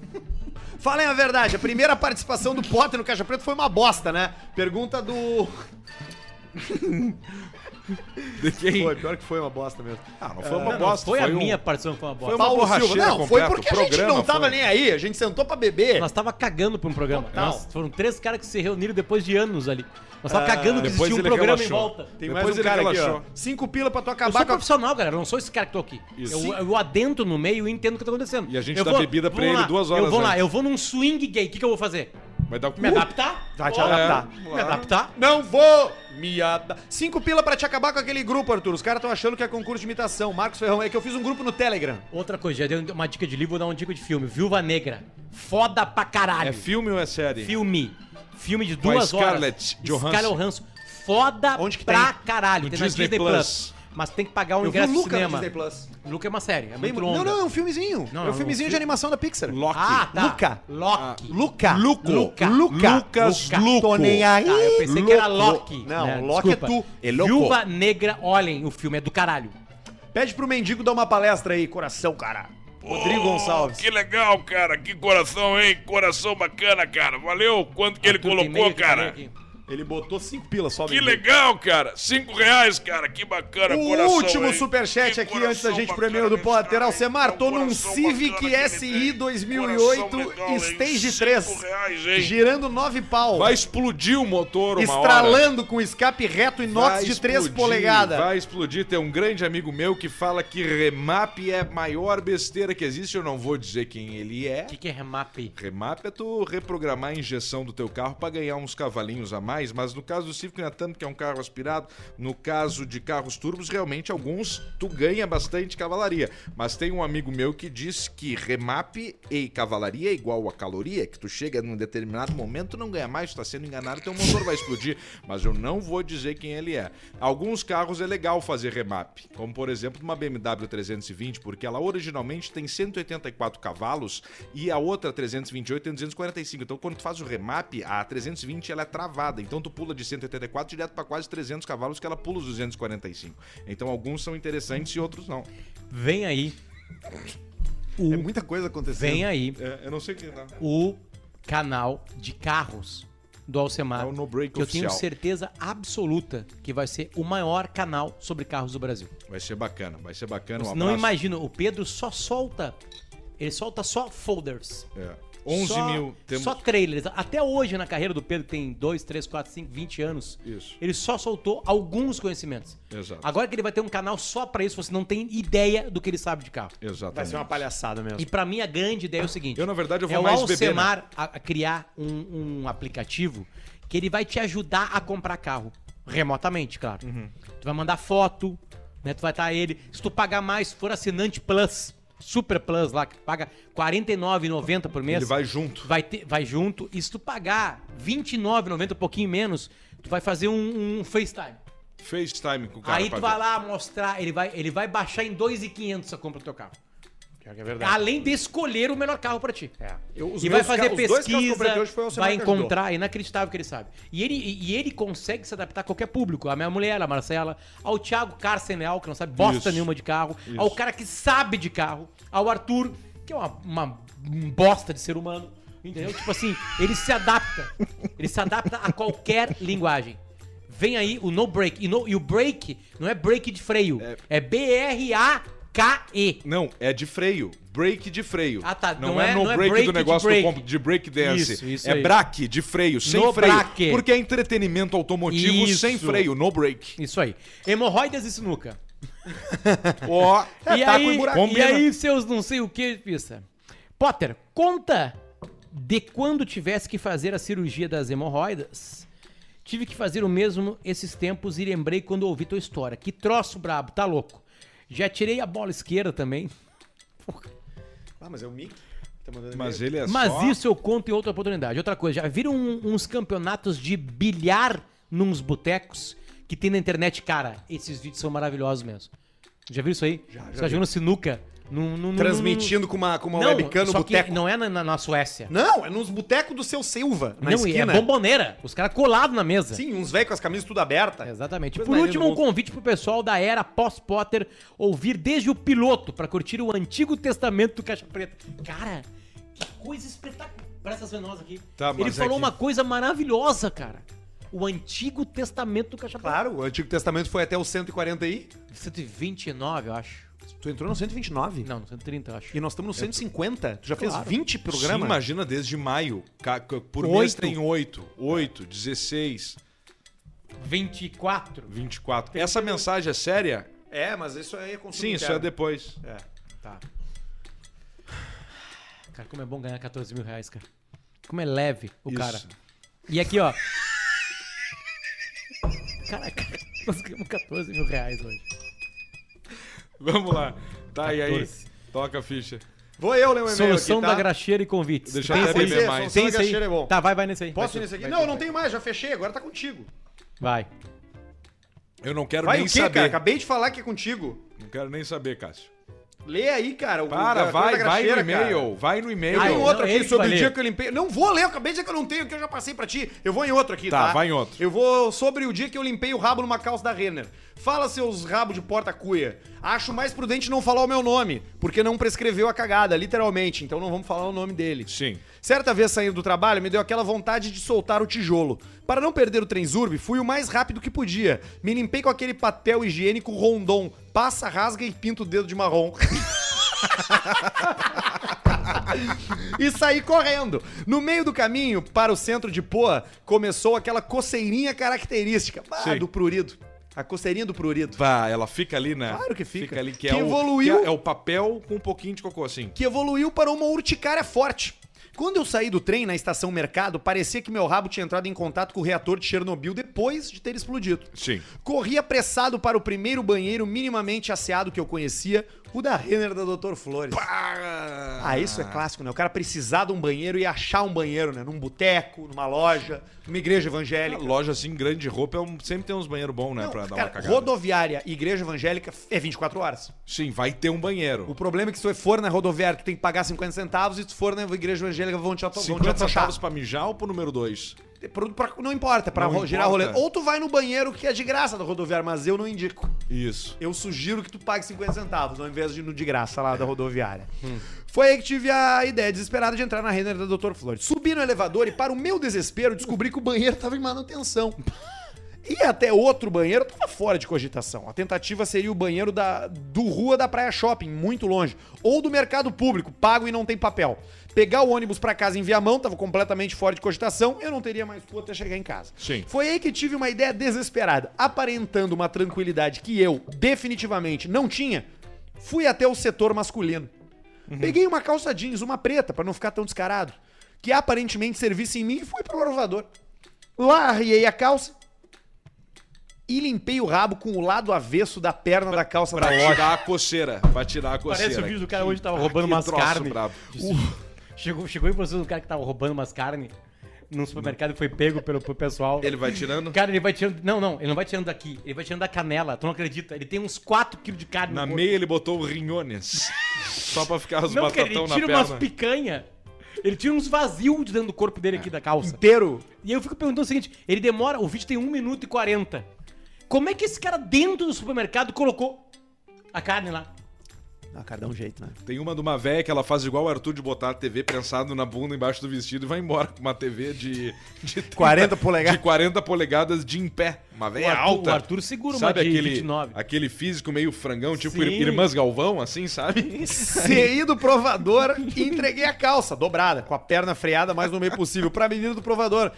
B: Falem a verdade, a primeira participação do Potter no Caixa Preto foi uma bosta, né? Pergunta do.
A: De quem?
B: Foi, pior que foi uma bosta mesmo.
A: Ah, não foi
C: Não,
A: uma
C: não,
A: bosta.
C: foi, a
A: um-
C: minha participação que foi uma bosta.
A: Foi uma
B: Paulo
A: borracheira
B: Silva. Não, foi
A: completa,
B: porque a
A: o
B: gente não
A: programa
B: tava
A: foi.
B: nem aí, a gente sentou pra beber.
C: Nós tava cagando pra um programa.
B: Total.
C: Nós- foram três caras que se reuniram depois de anos ali. Nós tava cagando que
A: Ah, depois
C: existia um
A: ele
C: programa
A: relaxou.
C: em volta.
B: Tem
A: Depois
B: mais um
A: ele
B: cara aqui, ó.
A: relaxou.
B: Cinco pila pra tu
C: Eu
B: acabar
C: sou
B: com a...
C: é profissional, galera. Eu não sou esse cara que tô aqui.
A: Isso.
C: Eu, eu adentro no meio e entendo o que tá acontecendo.
A: E a gente
C: eu
A: dá bebida pra
C: vamos
A: ele duas horas
C: Eu vou lá,
A: antes. Uh,
C: eu vou num swing gay. O que, que eu vou fazer?
A: Vai dar
C: Me adaptar?
B: Vai te
C: Ou-
B: adaptar.
C: Me adaptar?
B: Não vou! Miada. Cinco pila pra te acabar com aquele grupo, Arthur. Os caras estão achando que é concurso de imitação. Marcos Ferrão, é que eu fiz um grupo no Telegram.
C: Outra coisa, já dei um- uma dica de livro, vou dar uma dica de filme. Viúva Negra. Foda pra caralho.
A: É filme ou é série?
C: filme. Filme de
A: Com a
C: duas
A: Scarlett
C: horas.
A: Johansson.
C: Scarlett Johansson. Foda
B: Onde que
C: pra
B: tem?
C: caralho.
A: No
C: Tem na
A: Disney
C: Disney,
A: Plus.
C: Plus. Mas tem que pagar o
B: Eu vi
C: ingresso
B: o
C: do
B: Luca no
C: cinema.
B: Disney Plus.
C: Luca é uma série, é
B: Bem-
C: muito longa.
B: não, não, é um filmezinho.
C: Não,
B: é
C: não,
B: um filmezinho
C: um
B: de
C: fi-
B: animação da Pixar.
A: Loki.
C: Ah, tá.
B: Luca. Ah,
C: Loki.
B: Luca.
A: Luca.
B: Luca.
A: Lucas Luco.
B: Tô nem aí.
C: Tá, eu pensei que era
A: Louco.
C: Loki.
B: Não,
C: né?
B: Loki é
C: Desculpa.
B: tu.
A: É louco.
C: Viúva Negra, olhem, o filme é do caralho.
B: Pede pro mendigo dar uma palestra aí, coração, cara. Rodrigo Gonçalves.
E: Que legal, cara. Que coração, hein? Coração bacana, cara. Valeu quanto que ele
C: Arthur, tem
E: colocou,
C: meio que
E: cara.
C: falei aqui.
B: Ele botou cinco pilas só,
E: Que
B: mendigo.
E: legal, cara. Cinco reais, cara. Que bacana,
B: O
E: coração.
B: último
E: hein?
B: superchat
E: Que
B: aqui
E: coração
B: antes da gente pro
E: bacana
B: e-mail do
E: que
B: Potter.
E: cara,
B: Alcemar,
E: hein?
B: tô num
E: Coração
B: Civic
E: bacana que ele
B: SI
E: tem.
B: 2008,
E: Coração legal, hein?
B: Stage
E: Cinco
B: 3,
E: reais, hein?
B: girando nove pau,
A: Vai explodir o motor uma hora.
B: estralando com escape reto inox de 3 polegadas.
A: Vai explodir. Tem um grande amigo meu que fala que remap é a maior besteira que existe. Eu não vou dizer quem ele é.
C: O que, que é remap?
A: Remap é tu reprogramar a injeção do teu carro pra ganhar uns cavalinhos a mais, mas no caso do Civic não é tanto que é um carro aspirado, no caso de carros turbos, realmente alguns tu ganha bastante cavalaria. Mas tem um amigo meu que diz que remap e cavalaria é igual a caloria, que tu chega num determinado momento, tu não ganha mais, tu tá sendo enganado, teu motor vai explodir. Mas eu não vou dizer quem ele é. Alguns carros é legal fazer remap, como por exemplo uma BMW 320, porque ela originalmente tem 184 cavalos e a outra 328 tem 245. Então, quando tu faz o remap, a 320 ela é travada. Então, tu pula de 184 direto para quase 300 cavalos, que ela pula os 245. Então, alguns são interessantes e outros não.
C: Vem aí,
B: É muita coisa acontecendo.
C: vem aí
A: É, eu não sei o que dá.
C: o canal de carros do Alcemar.
A: É o No Break
C: que eu tenho
A: oficial.
C: certeza absoluta que vai ser o maior canal sobre carros do Brasil.
A: Vai ser bacana, vai ser bacana. Um
C: Não
A: abraço.
C: imagino, o Pedro só solta. Ele solta só folders.
A: É. 11
C: Só-
A: mil. Temos...
C: Só trailers. Até hoje na carreira do Pedro, que tem 2, 3, 4, 5, 20 anos.
A: Isso.
C: Ele só soltou alguns conhecimentos.
A: Exato.
C: Agora que ele vai ter um canal só pra isso, você não tem ideia do que ele sabe de carro.
A: Exatamente.
B: Vai ser uma palhaçada mesmo.
C: E pra mim a grande ideia é o seguinte.
A: É Eu, na verdade, eu vou
C: é
A: mais
C: o
A: beber, né?
C: Alcemar a a criar um, um aplicativo que ele vai te ajudar a comprar carro. Remotamente, claro.
A: Uhum.
C: Tu vai mandar foto, né? Tu vai estar ele. Se tu pagar mais, se for assinante Plus, Super Plus lá, que paga R$ 49,90 por mês.
A: Ele vai junto.
C: Vai, ter, vai junto. E se tu pagar R$ 29,90, um pouquinho menos, tu vai fazer um, um FaceTime.
A: FaceTime com o cara.
C: Aí
A: pra
C: tu vai
A: ver.
C: lá mostrar, ele vai, ele vai baixar em 2,500 a compra do teu carro.
B: Pior que é verdade.
C: Além de escolher o melhor carro pra ti.
B: É. Eu- os
C: e vai
B: meus
C: fazer
B: ca- os dois carros que eu
C: pesquisa,
B: comprei hoje foi o Alcemar
C: vai
B: que ajudou.
C: encontrar, é inacreditável que ele sabe. E ele, e e ele consegue se adaptar a qualquer público. A minha mulher, a Marcela, ao Thiago Carcenel, que não sabe bosta
A: Isso.
C: nenhuma de carro, ao cara que sabe de carro, ao Arthur, que é uma, uma bosta de ser humano, entendeu? tipo assim, ele se adapta. Ele se adapta a qualquer linguagem. Vem aí o no break. E, no- e o break não é break de freio, é, B-R-A-K-E.
A: Não, é de freio. Break de freio.
C: Ah, tá.
A: Não, é, no break,
C: break
A: do
C: de
A: negócio
C: break.
A: do comp- de break dance.
C: Isso, isso
A: é
C: aí.
A: braque de freio, sem
C: No
A: freio.
C: braque.
A: Porque é entretenimento automotivo
C: Isso.
A: sem freio, no break.
C: Isso aí. Hemorroidas e sinuca.
A: Ó,
C: e,
A: taco
C: aí,
A: buraco.
C: e
A: tá Combina.
C: aí, seus não sei o que, pista. Potter, conta de quando tivesse que fazer a cirurgia das hemorroidas. Tive que fazer o mesmo esses tempos e lembrei quando ouvi tua história. Que troço brabo, tá louco. Já tirei a bola esquerda também.
B: Ah, mas é o Mick? que Tá mandando
A: Mas
B: e-mail.
A: ele é
C: Mas
A: só...
C: isso eu conto em outra oportunidade. Outra coisa, já viram um- uns campeonatos de bilhar nos botecos que tem na internet? Cara, esses vídeos são maravilhosos mesmo. Já viram isso aí? Já, já. Tá jogando sinuca. Num, num- num-
B: Transmitindo com uma, com uma
C: é- não,
B: webcam no
C: só que
B: boteco.
C: Não é na, na- na Suécia.
B: Não, é nos botecos do seu Silva, na
C: não, e
B: esquina.
C: é bomboneira. Os caras colados na mesa.
B: Sim, uns velhos com as camisas tudo aberta.
C: Exatamente.
B: Pois
C: Por
B: não,
C: último,
B: ele
C: um
B: não-
C: convite pro pessoal da era pós-Potter ouvir desde o piloto pra curtir o Antigo Testamento do Caixa Preta. Cara, que coisa espetacular. Presta atenção em nós aqui.
A: Tá, mas
C: Ele
A: é
C: falou
A: que-
C: uma coisa maravilhosa, cara. O Antigo Testamento do Caixa Preta.
B: Claro, o Antigo Testamento foi até o 140 aí.
C: 129, eu acho.
B: Tu entrou no 129?
C: Não, 130, eu acho.
B: E nós estamos no 150. Tu já fez
C: Claro.
B: 20
A: Sim,
B: programas?
A: imagina desde maio. Ca- ca- Por mês
C: Oito.
A: tem 8, 8, 16,
C: 24.
A: 24. Essa mensagem é séria?
B: É, mas isso aí é consumo
A: Sim, isso é
B: interno.
A: depois.
B: É, tá.
C: Cara, como é bom ganhar 14 mil reais, cara. Como é leve o
A: Isso.
C: cara. E aqui, ó. Caraca, nós ganhamos 14 mil reais hoje.
A: Vamos lá. Tá, e aí?
C: 14.
A: Toca a ficha.
B: Vou eu ler o e-mail
C: Solução
B: aqui,
C: da
B: tá?
C: graxeira e convites.
A: Deixa
C: Tem
A: eu
C: esse
A: até
C: aí?
A: beber mais.
B: Solução
C: Tem
B: da
C: esse aí?
B: graxeira é bom.
C: Tá, vai, vai nesse aí.
B: Posso ir
C: vai,
B: nesse aqui? Não, não tenho mais, já fechei, agora tá contigo.
C: Vai.
A: Eu não quero
B: Vai
A: nem
B: o quê,
A: saber.
B: cara? Acabei de falar que é contigo.
A: Não quero nem saber, Cássio.
B: Lê aí, cara. o-
A: Para,
B: a coisa
A: vai,
B: da
A: vai no
B: graxeira, cara.
A: e-mail. Vai no
B: Eu
A: e-mail.
C: Ah,
B: tenho
C: não,
B: outro
C: ele
B: aqui
C: que
B: sobre
C: vai
B: o
C: ler.
B: dia que eu limpei. Não vou ler, eu acabei de dizer que eu não tenho, que eu já passei pra ti. Eu vou em outro aqui,
A: Tá,
B: tá?
A: vai em outro.
B: Eu vou sobre o dia que eu limpei o rabo numa calça da Renner. Fala seus rabos de porta cuia. Acho mais prudente não falar o meu nome, porque não prescreveu a cagada, literalmente. Então não vamos falar o nome dele.
A: Sim.
B: Certa vez saindo do trabalho, me deu aquela vontade de soltar o tijolo. Para não perder o trenzurbe, fui o mais rápido que podia. Me limpei com aquele papel higiênico rondon. Passa, rasga e pinta o dedo de marrom. e saí correndo. No meio do caminho, para o centro de Poa, começou aquela coceirinha característica. Ah,
A: Sim.
B: do prurido. A coceirinha do prurido.
A: Vá, ela fica ali, né?
B: Claro que fica.
A: ali, que,
B: Que
A: é
B: evoluiu.
A: O, que é, é o papel com um pouquinho de cocô, assim.
B: que evoluiu para uma urticária forte. Quando eu saí do trem na estação Mercado, parecia que meu rabo tinha entrado em contato com o reator de Chernobyl depois de ter explodido.
A: Sim.
B: Corri apressado para o primeiro banheiro minimamente asseado que eu conhecia, o da Renner da Dr. Flores. Ah, isso é clássico, né? O cara precisar de um banheiro e achar um banheiro, né? Num boteco, numa loja, numa igreja evangélica.
A: Loja assim, grande de roupa, é um- sempre tem uns banheiros bons, né?
B: Não,
A: pra dar uma
B: cara,
A: cagada.
B: rodoviária e igreja evangélica é 24 horas.
A: Sim, vai ter um banheiro.
B: O problema é que se tu for na rodoviária, tu tem que pagar 50 centavos, e se tu for na igreja evangélica, vão te, ato- vão te
A: 50
B: atochar.
A: centavos pra mijar ou pro número 2?
B: Pro- É pra- não importa, é pra
A: Não
B: ro- girar
A: importa.
B: rolê. Ou tu vai no banheiro que é de graça da rodoviária, mas eu não indico.
A: Isso.
B: Eu sugiro que tu pague 50 centavos, ao invés de ir no de graça lá da rodoviária.
A: Hum.
B: Foi aí que tive a ideia desesperada de entrar na Renner da Dr. Flores. Subi no elevador e, para o meu desespero, descobri que o banheiro tava em manutenção. E até outro banheiro tava fora de cogitação. A tentativa seria o banheiro da, do Rua da Praia Shopping, muito longe. Ou do mercado público, pago e não tem papel. Pegar o ônibus pra casa em Viamão tava completamente fora de cogitação, eu não teria mais rua até chegar em casa.
A: Sim.
B: Foi aí que tive uma ideia desesperada. Aparentando uma tranquilidade que eu definitivamente não tinha, fui até o setor masculino. Peguei uma calça jeans, uma preta, pra não ficar tão descarado, que aparentemente servisse em mim e fui pro provador. Lá arriei a calça e limpei o rabo com o lado avesso da perna da calça
A: Pra
B: da loja.
A: tirar a coceira. Pra tirar a coceira.
C: Parece o vídeo do cara hoje que tava
A: Ah,
C: roubando
A: que
C: umas
A: troço
C: carnes.
A: brabo.
C: Chegou, chegou em vocês um cara que tava roubando umas carnes. num supermercado e foi pego pelo, pelo pessoal.
A: Ele vai tirando?
C: Cara, ele vai tirando. Não, não, ele não vai tirando daqui. Ele vai tirando da canela. Tu não acredita? Ele tem uns 4 kg de carne
A: Na
C: no corpo.
A: meia ele botou o rinhones. Só pra ficar os
C: Não, cara, ele
A: batatão na
C: tira
A: perna.
C: umas picanha. Ele tira uns vazios de dentro do corpo dele aqui da calça.
B: Inteiro.
C: E aí eu fico perguntando o seguinte: ele demora. O vídeo tem 1 minuto e 40. Como é que esse cara dentro do supermercado colocou a carne lá?
B: Ah, cara, dá um jeito, né?
A: Tem uma de uma véia que ela faz igual o Arthur de botar a TV prensado na bunda embaixo do vestido e vai embora com uma TV de, de
B: 40 polegadas.
A: de 40 polegadas de em pé. Uma
C: O
A: véia
C: Arthur-
A: alta.
C: o Arthur segura uma
A: sabe
C: de
A: aquele,
C: 29.
A: aquele físico meio frangão, tipo
C: Sim.
A: ir- Irmãs Galvão, assim, sabe?
B: Saí do provador e entreguei a calça, dobrada, com a perna freada mais no meio possível, pra menina do provador.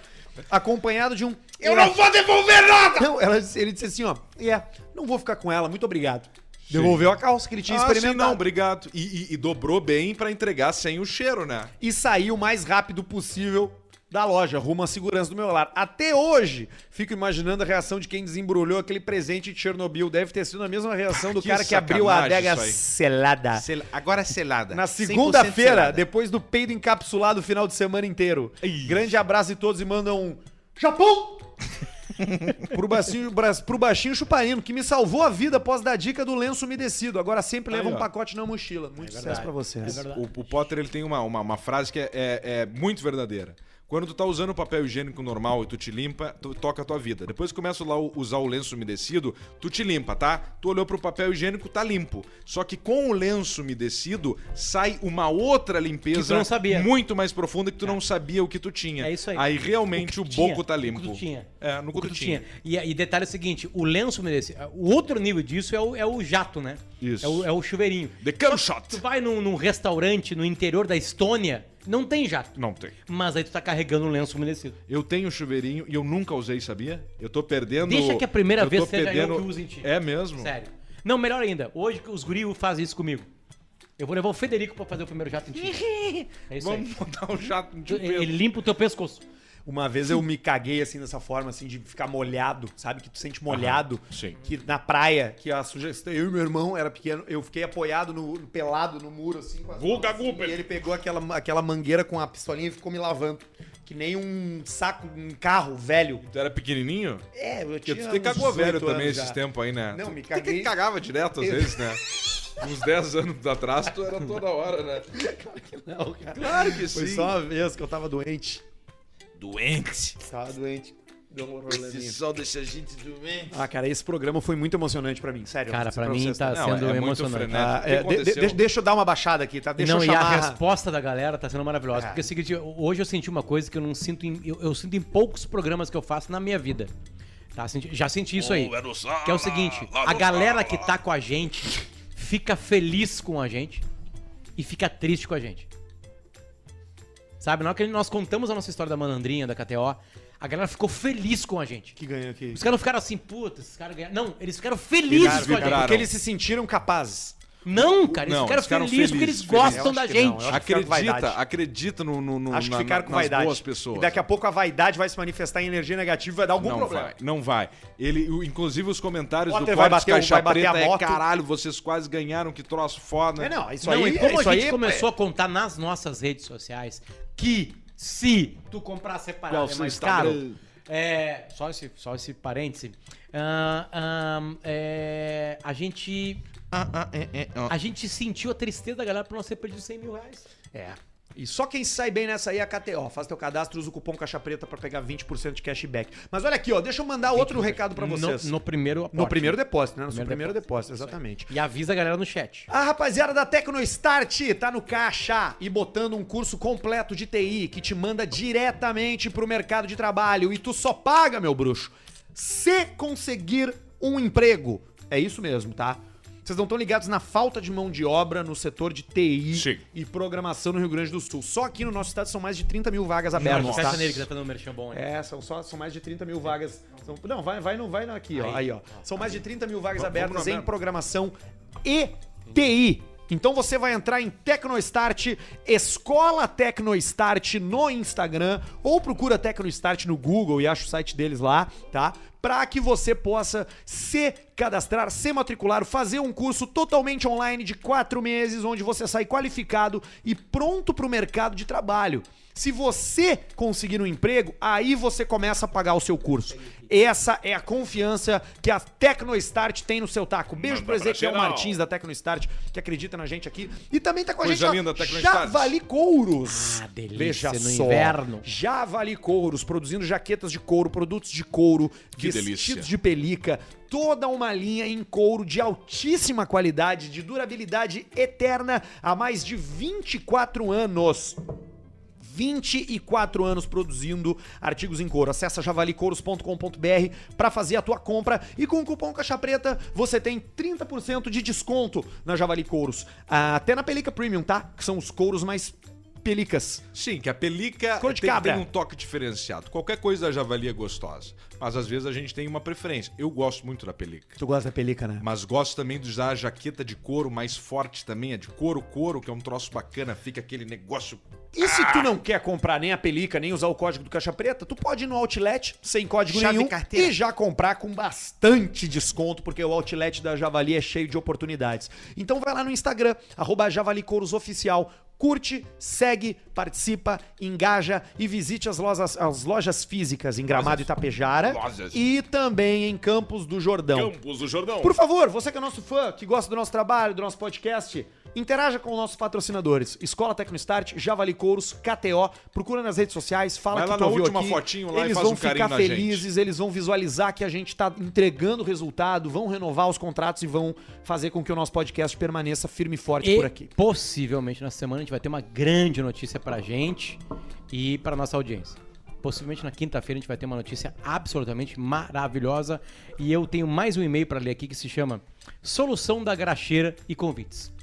B: Acompanhado de um.
E: Eu não vou devolver nada!
B: Não, ela disse- ele disse assim, ó. É, não vou ficar com ela, muito obrigado. Devolveu a calça que ele tinha
A: Ah, sim,
B: experimentado.
A: não, obrigado. E, e- e dobrou bem pra entregar sem o cheiro, né?
B: e saí o mais rápido possível da loja, rumo à segurança do meu lar. Até hoje, fico imaginando a reação de quem desembrulhou aquele presente de Chernobyl. Deve ter sido a mesma reação do
A: Que
B: cara que abriu a
A: sacanagem
B: adega
A: isso aí.
B: selada.
A: Agora é selada.
B: Na segunda-feira, depois do peido encapsulado o final de semana inteiro. Grande abraço de todos e mandam um Japão! pro, baixinho, bras- pro baixinho chuparino, que me salvou a vida após dar dica do lenço umedecido. Agora sempre leva
A: Aí,
B: um
A: ó. É
B: pacote na mochila. Muito sucesso pra né?
C: É
B: vocês.
A: O, o Potter ele tem uma, uma, uma frase que é, é- é muito verdadeira. Quando tu tá usando o papel higiênico normal e tu te limpa, tu toca a tua vida. Depois que começa lá o- usar o lenço umedecido, tu te limpa, tá? Tu olhou pro papel higiênico, tá limpo. Só que com o lenço umedecido sai uma outra limpeza
C: Que tu não sabia.
A: muito mais profunda que tu não sabia o que tu tinha.
C: É isso aí.
A: Aí realmente o,
C: que tu
A: boco
C: tinha,
A: tá
C: o que
A: limpo.
C: tu tinha.
A: É, no
C: O
A: que
C: que
A: tu
C: tu
A: tinha.
C: E, e detalhe é o seguinte: o lenço merece. O outro nível disso é o, é o jato, né?
A: Isso.
C: É o, é o chuveirinho.
A: The cum shot.
C: Tu vai num, num restaurante no interior da Estônia, não tem jato.
A: Não tem.
C: Mas aí tu tá carregando um lenço umedecido.
A: Eu tenho um chuveirinho e eu nunca usei, sabia? Eu tô perdendo.
C: Deixa que a primeira
A: eu tô
C: vez seja eu
A: perdendo...
C: que use em ti.
A: É mesmo?
C: Sério. Não, melhor ainda, hoje que os gurios fazem isso comigo. Eu vou levar o Federico pra fazer o primeiro jato em ti. É isso
A: Vamos
C: aí.
A: botar um jato
C: Tu-
A: de pelo.
C: Ele limpa o teu pescoço.
B: Uma vez eu me caguei assim dessa forma, assim, de ficar molhado, sabe? Que tu sente molhado.
A: sim.
B: Que na praia, que a sugestão. Eu e meu irmão era pequeno, eu fiquei apoiado no, no- pelado no muro, assim, com as
E: Guga
B: assim,
E: Guber.
B: E ele pegou aquela, aquela mangueira com a pistolinha e ficou me lavando. Que nem um saco, um carro velho.
A: Tu era pequenininho?
B: É, eu
A: Porque
B: tinha.
A: tu te
B: uns
A: cagou
B: 18
A: velho também
B: anos
A: esses
B: já.
A: tempos aí, né?
B: Não,
A: Tu-
B: me
A: tu
B: caguei.
A: que cagava direto às vezes, né? Uns 10 anos atrás tu era toda hora, né?
B: Não, cara.
A: Claro que
B: Foi
A: sim.
B: só uma vez que eu tava doente.
E: Doente.
B: Tava doente. Deu um
E: Esse
B: probleminha.
E: sol deixa a gente doente.
B: Ah, cara, esse programa foi muito emocionante pra mim, sério.
C: Cara,
B: Não sei
C: pra mim
B: vocês,
C: tá
A: Não,
C: sendo
A: é muito
C: emocionante.
A: frenético.
B: Ah,
A: O que
B: é, de- de-
A: aconteceu?
B: deixa- deixa eu dar uma baixada aqui, tá? Deixa
C: não,
B: eu
C: e a
B: chamar.
C: resposta da galera tá sendo maravilhosa. Porque é o seguinte, eu- hoje eu senti uma coisa que eu não sinto em, eu, eu sinto em poucos programas que eu faço na minha vida. Tá? Senti- já senti isso aí.
E: Oh, é no sala,
C: que é o seguinte,
E: lá
C: a
E: no
C: galera
E: sala.
C: que tá com a gente fica feliz com a gente e fica triste com a gente. Sabe, na hora que nós contamos a nossa história da Manandrinha, da KTO, a galera ficou feliz com a gente.
B: que ganhou aqui.
C: Os caras não ficaram assim, puta, esses caras ganharam. Não, eles ficaram felizes
A: Ficaram,
C: com a
A: ficaram.
C: gente.
B: Porque eles se sentiram capazes.
C: Não, cara, eles
A: Não,
C: ficaram
A: eles ficaram
C: felizes porque eles
A: felizes, felizes.
C: gostam
B: Eu
C: da
B: acho que não,
C: gente.
B: eu acho que ficaram com
A: Acredita,
B: vaidade.
A: acredita no, no, no
B: Acho que
A: na-
B: ficaram com
A: nas
B: vaidade.
A: boas pessoas. né?
B: E daqui a pouco a vaidade vai se manifestar em energia negativa e vai dar algum
A: não
B: problema.
A: vai, não vai. Ele, o- inclusive os comentários
B: Potter
A: do
B: vai
A: Cortes
B: bater o-
A: Caixa
B: vai bater
A: Preta
B: a
A: é
B: moto.
A: caralho, vocês quase ganharam, que troço foda.
B: É, não, isso
C: não,
B: aí
C: e como
B: isso
C: a gente
B: aí- é
C: começou a contar nas nossas redes sociais que se tu comprar separado
A: Qual
C: é
A: seu
C: mais
A: Instagram?
C: caro. É, só esse, só esse parêntese. Ah, ah, é, a gente. A gente sentiu a tristeza da galera por nós ter perdido 100 mil reais.
B: É. E só quem sai bem nessa aí é a KTO. Faz teu cadastro, usa o cupom Caixa Preta pra pegar 20% de cashback. Mas olha aqui, ó, deixa eu mandar outro recado pra vocês.
C: No, no primeiro
B: No
C: aporte.
B: primeiro depósito, né? No seu
C: Primeiro
B: primeiro depósito,
C: Isso aí.
B: exatamente.
C: E avisa a galera no chat.
B: A rapaziada da Tecnostart tá no caixa e botando um curso completo de TI que te manda diretamente pro mercado de trabalho e tu só paga, meu bruxo, se conseguir um emprego. É isso mesmo, tá? Vocês não estão ligados na falta de mão de obra no setor de TI
A: Sim.
B: e programação no Rio Grande do Sul. Só aqui no nosso estado são mais de 30 mil vagas
C: Não,
B: abertas, tá?
C: fecha nele que tá fazendo um merchan bom aí.
B: É, são, só, são mais de 30 mil vagas. são- não, vai, vai, não, vai não, aqui, ó. Aí, ó. São mais de 30 mil vagas abertas em programação e TI. Então você vai entrar em Tecnostart, Escola Tecnostart no Instagram, ou procura Tecnostart no Google e acha o site deles lá, tá? para que você possa se cadastrar, se matricular, fazer um curso totalmente online de quatro meses, onde você sai qualificado e pronto para o mercado de trabalho. Se você conseguir um emprego, aí você começa a pagar o seu curso. Essa é a confiança que a Tecnostart tem no seu taco. Beijo
E: Manda
B: pro
E: pra
B: Ezequiel
E: geral.
B: Martins da Tecnostart, que acredita na gente aqui. E também tá com a
A: Coisa
B: gente
A: linda,
B: a
A: Tecnostart.
B: Javali Couros.
C: Ah, delícia,
B: Veja
C: no
B: só.
C: inverno.
B: Javali Couros, produzindo jaquetas de couro, produtos de couro,
A: Que delícia.
B: de pelica, toda uma linha em couro de altíssima qualidade, de durabilidade eterna há mais de 24 anos. 24 anos produzindo artigos em couro. Acesse javalicouros.com.br para fazer a tua compra e com o cupom Caixa Preta você tem 30% de desconto na Javali Couros. Ah, Até na Pelica Premium, tá? Que são os couros mais pelicas.
A: Sim, que a pelica
B: Cor de
A: tem,
B: cabra.
A: tem um toque diferenciado. Qualquer coisa da javali é gostosa. Mas às vezes a gente tem uma preferência. Eu gosto muito da pelica.
B: Tu gosta da pelica, né?
A: Mas gosto também de usar a jaqueta de couro mais forte também. É de couro, couro, que é um troço bacana. Fica aquele negócio.
B: E se tu não quer comprar nem a pelica, nem usar o código do Caixa Preta, tu pode ir no Outlet, sem código
C: Chave
B: nenhum,
C: carteira.
B: e já comprar com bastante desconto, porque o Outlet da Javali é cheio de oportunidades. Então vai lá no Instagram, arroba Javali Couros Oficial, curte, segue, participa, engaja e visite as lojas, as lojas físicas em Gramado e Itapejara
E: Lojas.
B: e também em Campos do Jordão.
E: Campos do Jordão.
B: Por favor, você que é nosso fã, que gosta do nosso trabalho, do nosso podcast, interaja com os nossos patrocinadores. Escola Tecnostart, Javali Couros, KTO. Procura nas redes sociais, fala
A: Vai
B: que
A: lá
B: tu
A: na
B: ouviu
A: última
B: aqui.
A: fotinho lá e
B: Eles
A: faz
B: vão
A: um
B: ficar
A: carinho na
B: felizes, eles vão visualizar que a gente tá entregando resultado, vão renovar os contratos e vão fazer com que o nosso podcast permaneça firme e forte
C: E
B: por aqui.
C: possivelmente na semana a gente vai ter uma grande notícia pra gente e pra nossa audiência. Possivelmente na quinta-feira a gente vai ter uma notícia absolutamente maravilhosa e eu tenho mais um e-mail pra ler aqui que se chama Solução da Graxeira e Convites.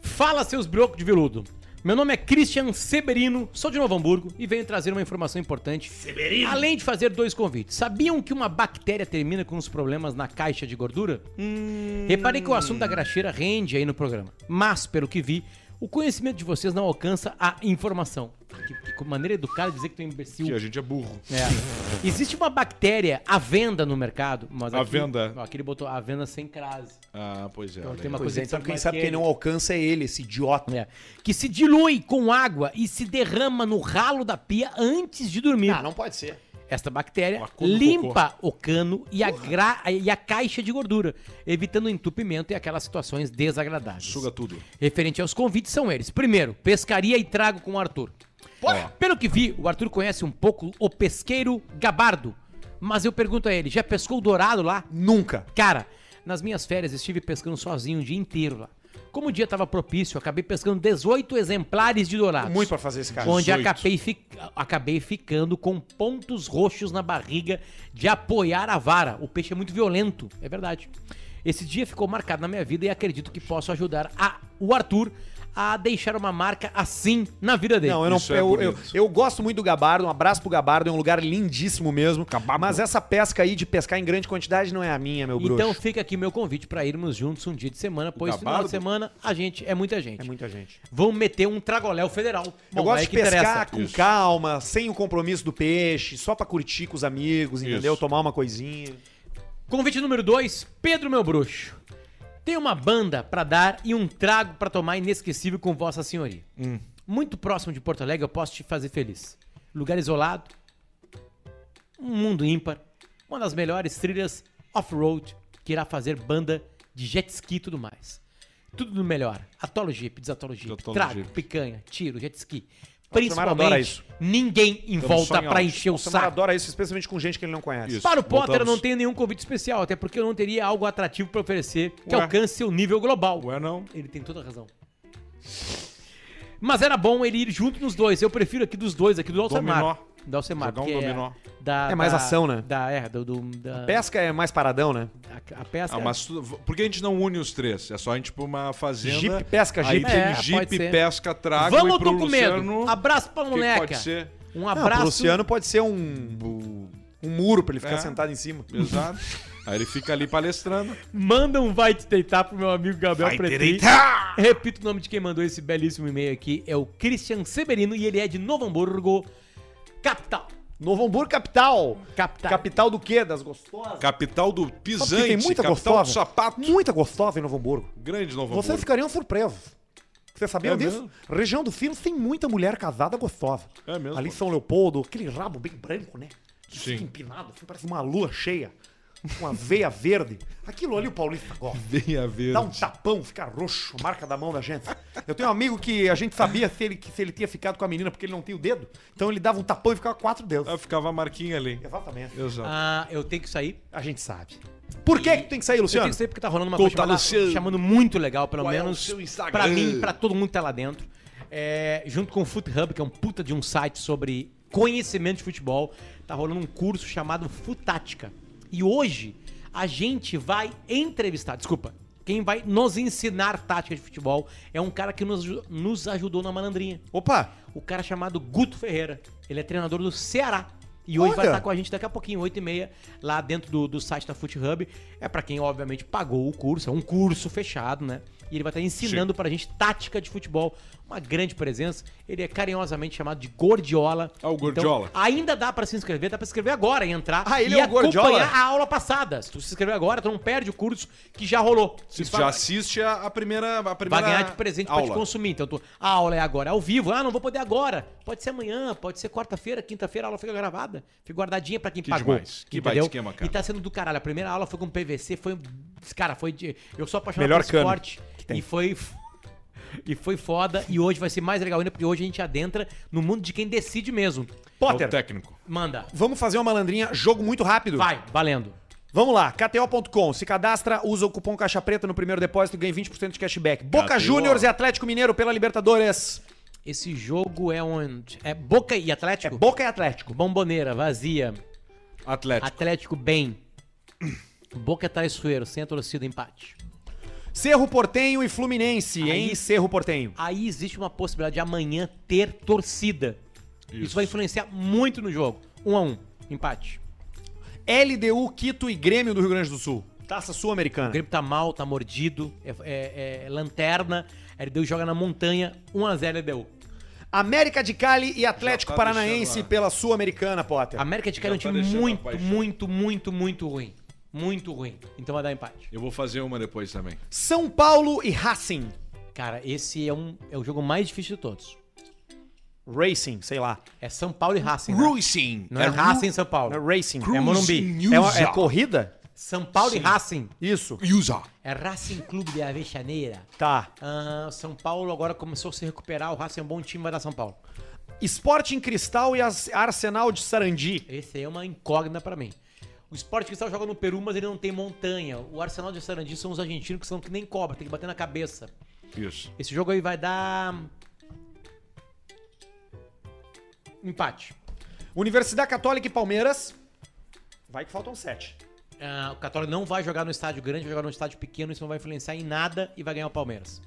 C: Fala seus brocos de veludo. Meu nome é Christian Severino, sou de Novo Hamburgo e venho trazer uma informação importante. Severino. Além de fazer dois convites. Sabiam que uma bactéria termina com os problemas na caixa de gordura?
A: Hum.
C: Reparei que o assunto da graxeira rende aí no programa. Mas, pelo que vi, o conhecimento de vocês não alcança a informação. Que, que- que maneira educada de dizer que tu é um imbecil.
A: Que a gente é burro.
C: É. Existe uma bactéria à venda no mercado. Mas
A: À venda.
C: Ó, Aqui ele botou à venda sem crase.
A: Ah, pois é.
C: Então,
A: olha
C: tem uma
B: Pois é,
C: coisa que
B: então
C: sabe
B: quem
C: mais
B: sabe
C: que
B: quem
C: ele.
B: não alcança é ele, esse idiota.
C: É. Que se dilui com água e se derrama no ralo da pia antes de dormir.
B: Ah, não pode ser.
C: Esta bactéria
A: Ela come
C: limpa o cano e a, gra- e a caixa de gordura, evitando o entupimento e aquelas situações desagradáveis.
A: aí. Suga tudo.
C: Referente aos convites são eles. Primeiro, pescaria e trago com o Arthur. Pelo que vi, o Arthur conhece um pouco o pesqueiro Gabardo. Mas eu pergunto a ele, já pescou dourado lá?
B: Nunca.
C: Cara, nas minhas férias estive pescando sozinho o dia inteiro lá. Como o dia estava propício, acabei pescando 18 exemplares de dourados.
B: Muito pra fazer esse cara.
C: Onde
A: 18.
C: acabei, fi- acabei ficando com pontos roxos na barriga de apoiar a vara. O peixe é muito violento, é verdade. Esse dia ficou marcado na minha vida e acredito que posso ajudar a- o Arthur a deixar uma marca assim na vida dele.
B: Não, eu não.
A: Isso é
B: eu, eu,
A: bonito.
B: eu gosto muito do Gabardo, um abraço pro Gabardo, é um lugar lindíssimo mesmo. Mas essa pesca aí de pescar em grande quantidade não é a minha, meu bruxo.
C: Então fica aqui meu convite pra irmos juntos um dia de semana, pois final
A: Gabardo?
C: de semana a gente é muita gente.
B: É muita gente.
C: Vão meter um tragoléu federal.
B: eu
C: Bom,
B: gosto
C: é
B: de
C: que
B: pescar
C: interessa.
B: com
A: Isso.
B: calma, sem o compromisso do peixe, só pra curtir com os amigos, entendeu?
A: Isso.
B: Tomar uma coisinha.
C: Convite número 2, Pedro Meu Bruxo. Tem uma banda pra dar e um trago pra tomar inesquecível com Vossa Senhoria.
B: Hum.
C: Muito próximo de Porto Alegre, eu posso te fazer feliz. Lugar isolado, um mundo ímpar, uma das melhores trilhas off-road que irá fazer banda de jet ski e tudo mais. Tudo do melhor. Atolo Jeep, desatolo Jeep,
A: Desatolo
C: trago,
A: Jeep.
C: picanha, tiro, jet ski.
B: Bolsonaro adora
C: Principalmente,
B: isso.
C: ninguém em volta
A: sonho
C: pra
A: alto.
C: encher o
B: Nossa, Samara
C: saco.
B: adora isso, especialmente com gente que ele não conhece.
A: Isso.
C: Para o Potter, eu
A: Voltamos.
C: não tenho nenhum convite especial, até porque eu não teria algo atrativo para oferecer que
A: Ué.
C: alcance o nível global.
A: Ué, não?
C: Ele tem toda a razão. Mas era bom ele ir junto nos dois. Eu prefiro aqui dos dois, aqui do Alcemar.
A: Dominó.
C: Do Alcemar.
A: Jogar um
C: porque
A: dominó.
C: da-
B: É mais
C: da-
B: ação, né?
C: Da, é, do, do- da,
B: Pesca é mais paradão, né?
C: a, a pesca.
A: Ah, mas tu- por que a gente não une os três? É só a gente pra uma fazenda.
B: Jipe, pesca,
A: aí
B: jipe.
A: tem
C: É, pode
A: jipe,
C: ser.
A: pesca, trago
C: Vamos,
A: e pro
C: tô com medo.
A: Luciano,
C: Abraço pra
A: que que
C: moleca.
A: pode ser?
C: Um
B: Não,
C: abraço.
B: pro Luciano pode ser um, um muro pra ele ficar
A: É.
B: sentado em cima.
A: Exato. Aí ele fica ali palestrando.
C: Manda um vai te deitar pro meu amigo Gabriel Pretri.
A: tá!
C: Repito o nome de quem mandou esse belíssimo e-mail aqui. É o Christian Severino e ele é de Novo Hamburgo, capital.
B: Novo Hamburgo, capital.
F: Capital.
B: Capital do quê? Das gostosas.
A: Capital do
B: Sabe que
A: pisante,
B: tem muita
A: capital
B: gostosa.
A: do sapato.
C: Hum,
B: Muita gostosa em Novo Hamburgo.
A: Grande Novo
B: Vocês
A: Hamburgo.
B: ficariam surpresos. Vocês sabiam
A: É
B: disso?
A: mesmo?
B: Região do Firmo tem muita mulher casada gostosa.
A: É mesmo,
B: Ali em
A: pô.
B: São Leopoldo, aquele rabo bem branco, né? Que
A: Sim.
B: fica empinado, assim, parece uma lua cheia. Uma veia verde. Aquilo ali o paulista gosta.
A: Vem a ver.
B: Dá um tapão, fica roxo, marca da mão da gente. Eu tenho um amigo que a gente sabia se ele, que se ele tinha ficado com a menina porque ele não tem o dedo. Então ele dava um tapão e ficava quatro dedos.
A: Ah, ficava a marquinha ali.
B: Exatamente.
A: Exato.
C: Ah, eu tenho que sair.
B: A gente sabe. Por que, que tu tem que sair,
C: Eu tenho
B: Luciano?
C: que sair porque tá rolando uma
A: Tô,
C: coisa
A: tá,
C: chamada,
A: Luciano.
C: chamando muito legal, pelo
A: Qual é o
C: menos
A: seu Instagram?
C: pra mim, pra todo mundo que tá lá dentro. É, junto com o Foot Hub, que é um puta de um site sobre conhecimento de futebol, tá rolando um curso chamado Futática. E hoje a gente vai entrevistar, desculpa, quem vai nos ensinar tática de futebol é um cara que nos, aju- nos ajudou na malandrinha.
B: Opa!
C: O cara chamado Guto Ferreira. Ele é treinador do Ceará. E hoje
B: Olha!
C: vai estar com a gente daqui a pouquinho, 8h30, lá dentro do, do site da Foot Hub. É pra quem, obviamente, pagou o curso. É um curso fechado, né? E ele vai estar ensinando pra gente tática de futebol. Uma grande presença. Ele é carinhosamente chamado de Gordiola.
A: Ah, o Gordiola.
C: Então, ainda dá pra se inscrever. Dá pra se inscrever agora e entrar.
B: Ah, ele
C: e
B: é o Gordiola?
C: a aula passada. Se tu se inscrever agora, tu não perde o curso que já rolou.
A: Se
C: Isso
A: tu já assiste a, a primeira a primeira
C: Vai ganhar de presente
A: aula.
C: pra te consumir. Então, tu- a aula é agora ao vivo. Ah, não vou poder agora. Pode ser amanhã, pode ser quarta-feira, quinta-feira, a aula fica gravada. Fica guardadinha pra quem pagou.
A: demais. Que baita esquema, cara.
C: E tá sendo do caralho. A primeira aula foi com PVC, foi... Cara, foi de... Eu sou apaixonado
B: Melhor cano
C: esporte. E foi... E foi foda. E hoje vai ser mais legal ainda, porque hoje a gente adentra no mundo de quem decide mesmo.
A: É
B: Potter,
A: o técnico.
C: Manda.
B: vamos fazer uma malandrinha, jogo muito rápido.
C: Vai, valendo.
B: Vamos lá, KTO.com. Se cadastra, usa o cupom Caixa Preta no primeiro depósito e ganha 20% de cashback. Boca
A: KTO.
B: Juniors e Atlético Mineiro pela Libertadores.
C: Esse jogo é onde? É Boca e
B: É
C: Atlético?
B: Boca e Atlético.
C: Bomboneira, vazia.
A: Atlético.
C: Atlético bem. Boca é traiçoeiro, sem a torcida, empate.
B: Cerro Portenho e Fluminense, em
C: Aí-
B: Cerro Portenho.
C: Aí existe uma possibilidade de amanhã ter torcida. Isso, vai influenciar muito no jogo. Um a um, empate.
B: LDU, Quito e Grêmio do Rio Grande do Sul. Taça
C: O
B: Sul-Americana.
C: Grêmio tá mal, tá mordido, é, é- é lanterna, LDU joga na montanha, 1x0 LDU.
B: América de Cali e Atlético
A: Já tá
B: Paranaense
A: deixando lá.
B: pela Sul-Americana, Potter.
C: América de Cali é um
A: Já tá
C: time
A: deixando a
C: muito,
A: paixão.
C: muito, muito, muito ruim. Muito ruim. Então vai dar empate.
A: Eu vou fazer uma depois também.
B: São Paulo e Racing.
C: Cara, esse é, um, é o jogo mais difícil de todos.
B: Racing, sei lá.
C: É São Paulo e Racing. né?
A: Racing.
C: Não é, Racing e São Paulo.
B: É Racing.
C: É Morumbi.
B: É, uma- é corrida?
C: São Paulo e Racing.
B: Isso.
A: Usa.
C: É Racing Clube de Avechaneira.
B: Tá.
C: Ah, São Paulo agora começou a se recuperar. O Racing é um bom time, vai dar São Paulo.
B: Sporting Cristal e As- Arsenal de Sarandi.
C: Esse aí é uma incógnita pra mim. O Sport Cristal joga no Peru, mas ele não tem montanha. O Arsenal de Sarandi são os argentinos que são que nem cobra, tem que bater na cabeça.
A: Isso.
C: Esse jogo aí vai dar. hum, Empate.
B: Universidade Católica e Palmeiras. Vai que faltam sete.
C: Ah, o Católico não vai jogar no estádio grande, vai jogar no estádio pequeno, isso não vai influenciar em nada e vai ganhar o Palmeiras.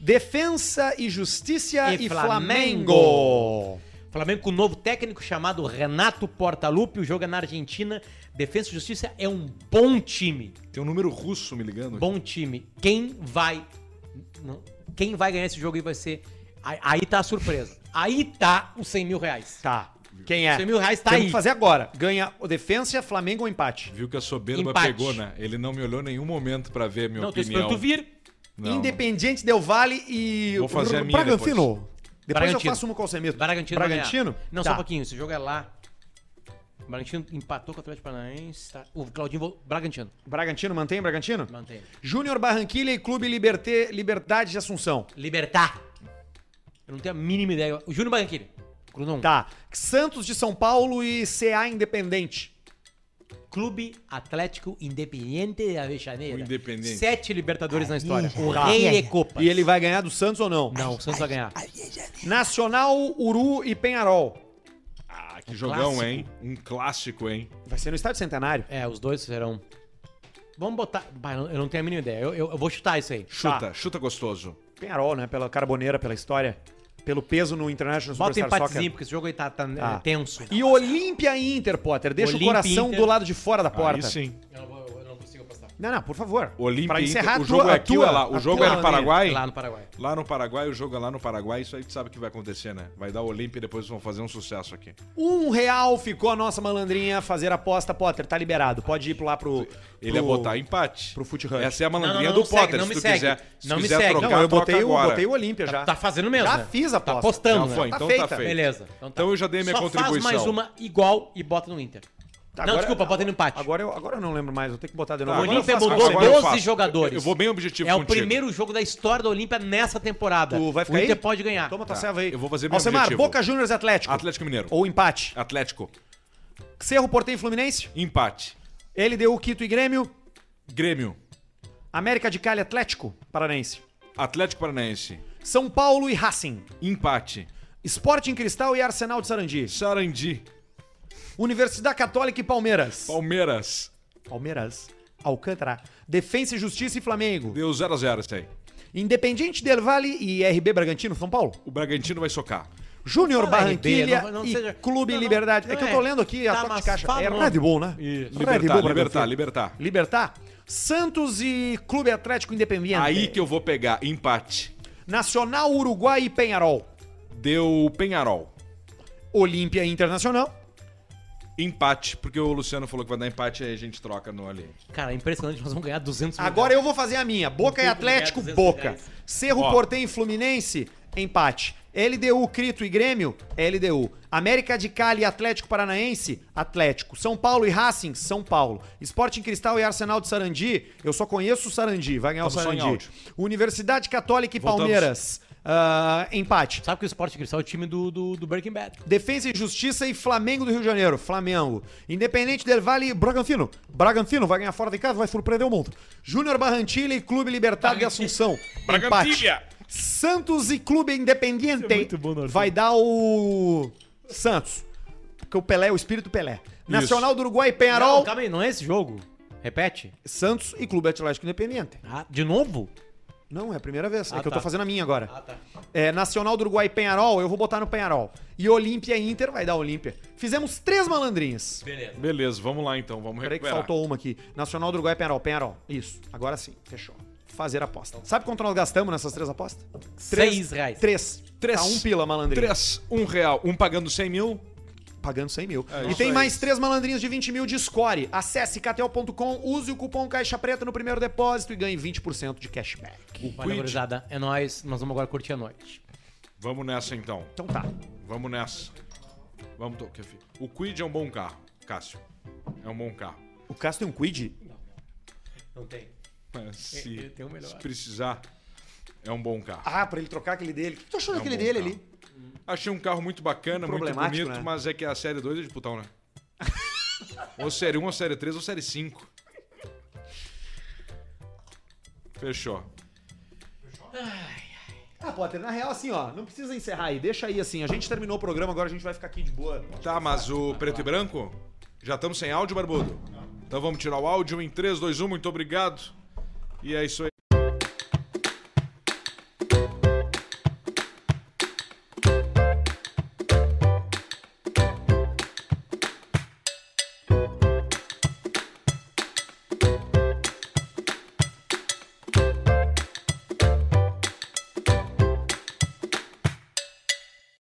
B: Defensa e Justiça e,
C: E
B: Flamengo.
C: Flamengo com um novo técnico chamado Renato Portaluppi, o jogo é na Argentina. Defesa e Justiça é um bom time.
A: Tem um número russo me ligando.
C: Bom time. Quem vai. não, Quem vai ganhar esse jogo aí vai ser. aí- Aí tá a surpresa. Aí tá os 100 mil reais.
B: Tá. Quem é?
C: 100 mil reais tá
B: Temos
C: aí.
B: que fazer agora. Ganha o Defensa, Flamengo ou empate.
A: Viu que a soberba
C: Empate.
A: pegou, né? Ele não me olhou em nenhum momento pra ver a minha
C: Não, tô
A: opinião.
C: esperando tu vir.
A: Não.
B: Independiente Del Vale e...
A: Vou fazer a minha
B: Bragantino.
A: depois.
B: Depois eu
C: Bragantino.
B: faço uma com o Semito.
C: Bragantino. vai ganhar.
B: Bragantino?
C: Não,
B: Tá.
C: só um pouquinho. Esse jogo é lá. O Bragantino empatou com o Atlético Paranaense. tá? O Claudinho. vo- Bragantino.
B: Bragantino, mantém Bragantino?
C: Mantém.
B: Júnior Barranquilha e Clube Liberté, Liberdade de Assunção.
C: Libertar. Eu não tenho a mínima ideia. O Júnior Barranquilla. Cruz um. não.
B: Tá. Santos de São Paulo e CA Independente.
C: Clube Atlético Independiente da Avejaneira.
A: O Independiente.
C: Sete Libertadores na história. O
B: tá.
C: rei de Copas.
B: E ele vai ganhar do Santos ou não?
C: Não, o Santos vai ganhar.
B: Nacional, Uru e Penharol.
A: Ah, que jogão,
C: clássico. Tá.
A: hein? Um clássico, hein?
B: Vai ser no Estádio Centenário.
C: É, os dois serão. Vamos botar. Bah, eu não- eu não tenho a mínima ideia. Eu, eu- eu vou chutar isso aí.
A: Chuta, chuta gostoso.
B: Penharol, né? Pela carboneira, pela história. Pelo peso no International
C: Bota um
B: Superstar
C: empatezinho,
B: Soccer.
C: porque esse jogo aí tá, tá, é,
B: Tá.
C: tenso.
B: E Olímpia e Inter, Potter. Deixa
C: Olímpia
B: o
C: e
B: coração
C: Inter.
B: do lado de fora da
A: Aí
B: porta.
A: sim.
C: Eu não, consigo apostar.
B: Não, não, por favor.
A: Olímpia
B: Pra
A: e
B: encerrar a
A: Inter, o jogo
B: tua-
A: é
B: a
A: aqui,
B: tua- né?
A: olha lá, o
B: a
A: jogo
B: tua
A: é no Paraguai.
C: Lá no Paraguai.
A: Lá no Paraguai, o jogo é lá no Paraguai, isso aí tu sabe o que vai acontecer, né? Vai dar o Olímpia e depois vão fazer um sucesso aqui.
B: Um real ficou a nossa malandrinha fazer aposta, Potter. Tá liberado. Pode ir lá pro.
A: Ele
B: pro-
A: ia botar empate.
B: pro Foot Hunt.
A: Essa é a
C: Não,
A: malandrinha
C: não, não,
A: do
C: não segue,
A: Potter,
C: não
A: se
C: me
A: tu
C: segue,
A: quiser. Se
C: não
A: tu
C: me
A: quiser
C: segue.
A: trocar,
B: Não, eu
A: troca
B: botei, o,
A: agora.
B: botei o Olímpia já.
C: Tá fazendo mesmo.
B: Já
C: né?
B: fiz a
C: Tá
B: aposta.
C: apostando.
A: Já foi,
C: né?
A: então
B: feita.
A: tá feito.
C: Beleza. tá.
A: Então eu já dei a minha
C: Só
A: contribuição.
C: Faz mais uma igual e bota no Inter.
B: Tá,
C: não,
B: agora-
C: desculpa, bota no empate.
B: Agora eu, agora eu não lembro mais, vou ter que botar de novo.
C: o
A: Tá, agora
C: Olímpia
A: eu faço,
C: mudou
A: agora eu
C: 12
A: faço.
C: jogadores.
A: Eu vou bem objetivo
C: É o
A: contigo.
C: primeiro jogo da história do Olímpia nessa temporada.
B: Tu vai ficar
C: o Inter
B: aí?
C: pode ganhar.
B: Toma tua
A: Tá,
B: serva aí.
A: eu vou fazer meu
B: Alcemar,
A: objetivo.
B: Boca Juniors e Atlético.
A: Atlético Mineiro.
B: Ou empate.
A: Atlético.
B: Cerro, Porteio e Fluminense.
A: Empate.
B: LDU, Quito e Grêmio.
A: Grêmio.
B: América de Cali, Atlético Paranense.
A: Atlético Paranaense.
B: São Paulo e Racing.
A: Empate.
B: Sporting Cristal e Arsenal de Sarandi.
A: Sarandi.
B: Universidade Católica e Palmeiras.
A: Palmeiras.
B: Palmeiras. Alcântara. Defensa e Justiça e Flamengo.
A: Deu 0x0 zero isso aí.
B: Independiente Del Valle e RB Bragantino, São Paulo.
A: O Bragantino vai socar.
B: Júnior
C: Fala RB,
B: Barranquilha
C: não- não
B: e
C: seja-
B: Clube
C: não, não,
B: Liberdade. é
C: não
B: que eu
C: é.
B: tô lendo aqui a
C: Tá,
B: toque de
C: mas
B: caixa.
C: fala
B: é
C: não.
B: Red Bull, né? Red
A: Libertar,
B: Bull,
A: libertar,
B: Bragantino.
A: libertar.
B: Libertar. Santos e Clube Atlético Independiente.
A: Aí que eu vou pegar. Empate.
B: Nacional, Uruguai e Penharol.
A: Deu Penharol.
B: Olímpia Internacional.
A: Empate, porque o Luciano falou que vai dar empate, aí a gente troca no ali.
C: Cara, é impressionante, nós vamos ganhar 200 mil
B: Agora eu vou fazer a minha. Boca e Atlético,
C: reais,
B: Boca.
C: 200 reais.
B: Cerro,
A: Ó.
B: Porteio e Fluminense, empate. LDU, Crito e Grêmio, LDU. América de Cali e Atlético Paranaense, Atlético. São Paulo e Racing, São Paulo. Sporting Cristal e Arsenal de Sarandi, eu só conheço o Sarandi, vai ganhar
A: Tamo Tá só
B: o
A: em
B: Sarandi.
A: áudio.
B: Universidade Católica e
A: Voltamos.
B: Palmeiras, ah, empate.
C: Sabe que o Sport Cristal é o time do, do, do Breaking Bad.
B: Defesa e Justiça e Flamengo do Rio de Janeiro. Flamengo. Independente Del Vale e Bragantino. Bragantino vai ganhar fora de casa, vai surpreender o mundo. Júnior Barrantilha e Clube Libertado de Assunção.
E: Bragantilha.
B: Empate. Santos e Clube Independiente. vai dar o Santos. Porque o Pelé, é o espírito Pelé. Nacional do Uruguai e Penharol.
C: Não, calma aí, não é esse jogo. Repete.
B: Santos e Clube Atlético Independiente.
C: Ah, de novo?
B: Não, é a primeira vez. é
C: Ah,
B: que eu tô
C: tá.
B: fazendo a minha agora.
C: Ah, tá.
B: É, Nacional do Uruguai e Penharol, eu vou botar no Penharol. E Olímpia e Inter vai dar Olímpia. Fizemos três malandrinhas.
C: Beleza.
A: Beleza, vamos lá então, vamos
B: Peraí que
A: recuperar.
B: faltou uma aqui. Nacional do Uruguai e Penharol. Penharol. Isso. Agora sim. Fechou. Fazer aposta. Sabe quanto nós gastamos nessas três apostas? Três-
C: Seis reais.
B: Três.
A: Três.
B: Tá um pila, malandrinho.
A: Três, um real, um pagando 100 mil.
B: Pagando 100 mil.
A: É,
B: e
A: isso
B: tem
A: aí.
B: mais três malandrinhos de 20 mil de score. Acesse kto.com, use o cupom Caixa Preta no primeiro depósito e ganhe 20% de cashback.
C: Valeu,
A: Quid.
C: gurizada. É nóis. Nós vamos agora curtir a noite.
A: Vamos nessa então,
B: Então tá.
A: vamos nessa. Vamos tocar. filho. O Quid é um bom carro, Cássio. É um bom carro.
B: O Cássio tem um quid?
C: Não tem.
A: Mas Se,
C: É, ele tem o melhor.
A: se precisar, é um bom carro.
B: Ah, pra ele trocar aquele dele. O que tu achou
A: É um
B: daquele
A: bom
B: dele
A: carro.
B: ali?
A: Achei um carro muito bacana, muito
B: Problemático,
A: bonito,
B: né?
A: mas é que a série 2 é de putão, né? ou série 1, ou série 3, ou série 5. Fechou.
B: Ah, Potter, na real, assim, ó, não precisa encerrar aí. Deixa aí, assim. A gente terminou o programa, agora a gente vai ficar aqui de boa.
A: Tá, mas o preto e branco? Já estamos sem áudio, barbudo? Então vamos tirar o áudio em 3, 2, 1, muito obrigado. um, E é isso aí.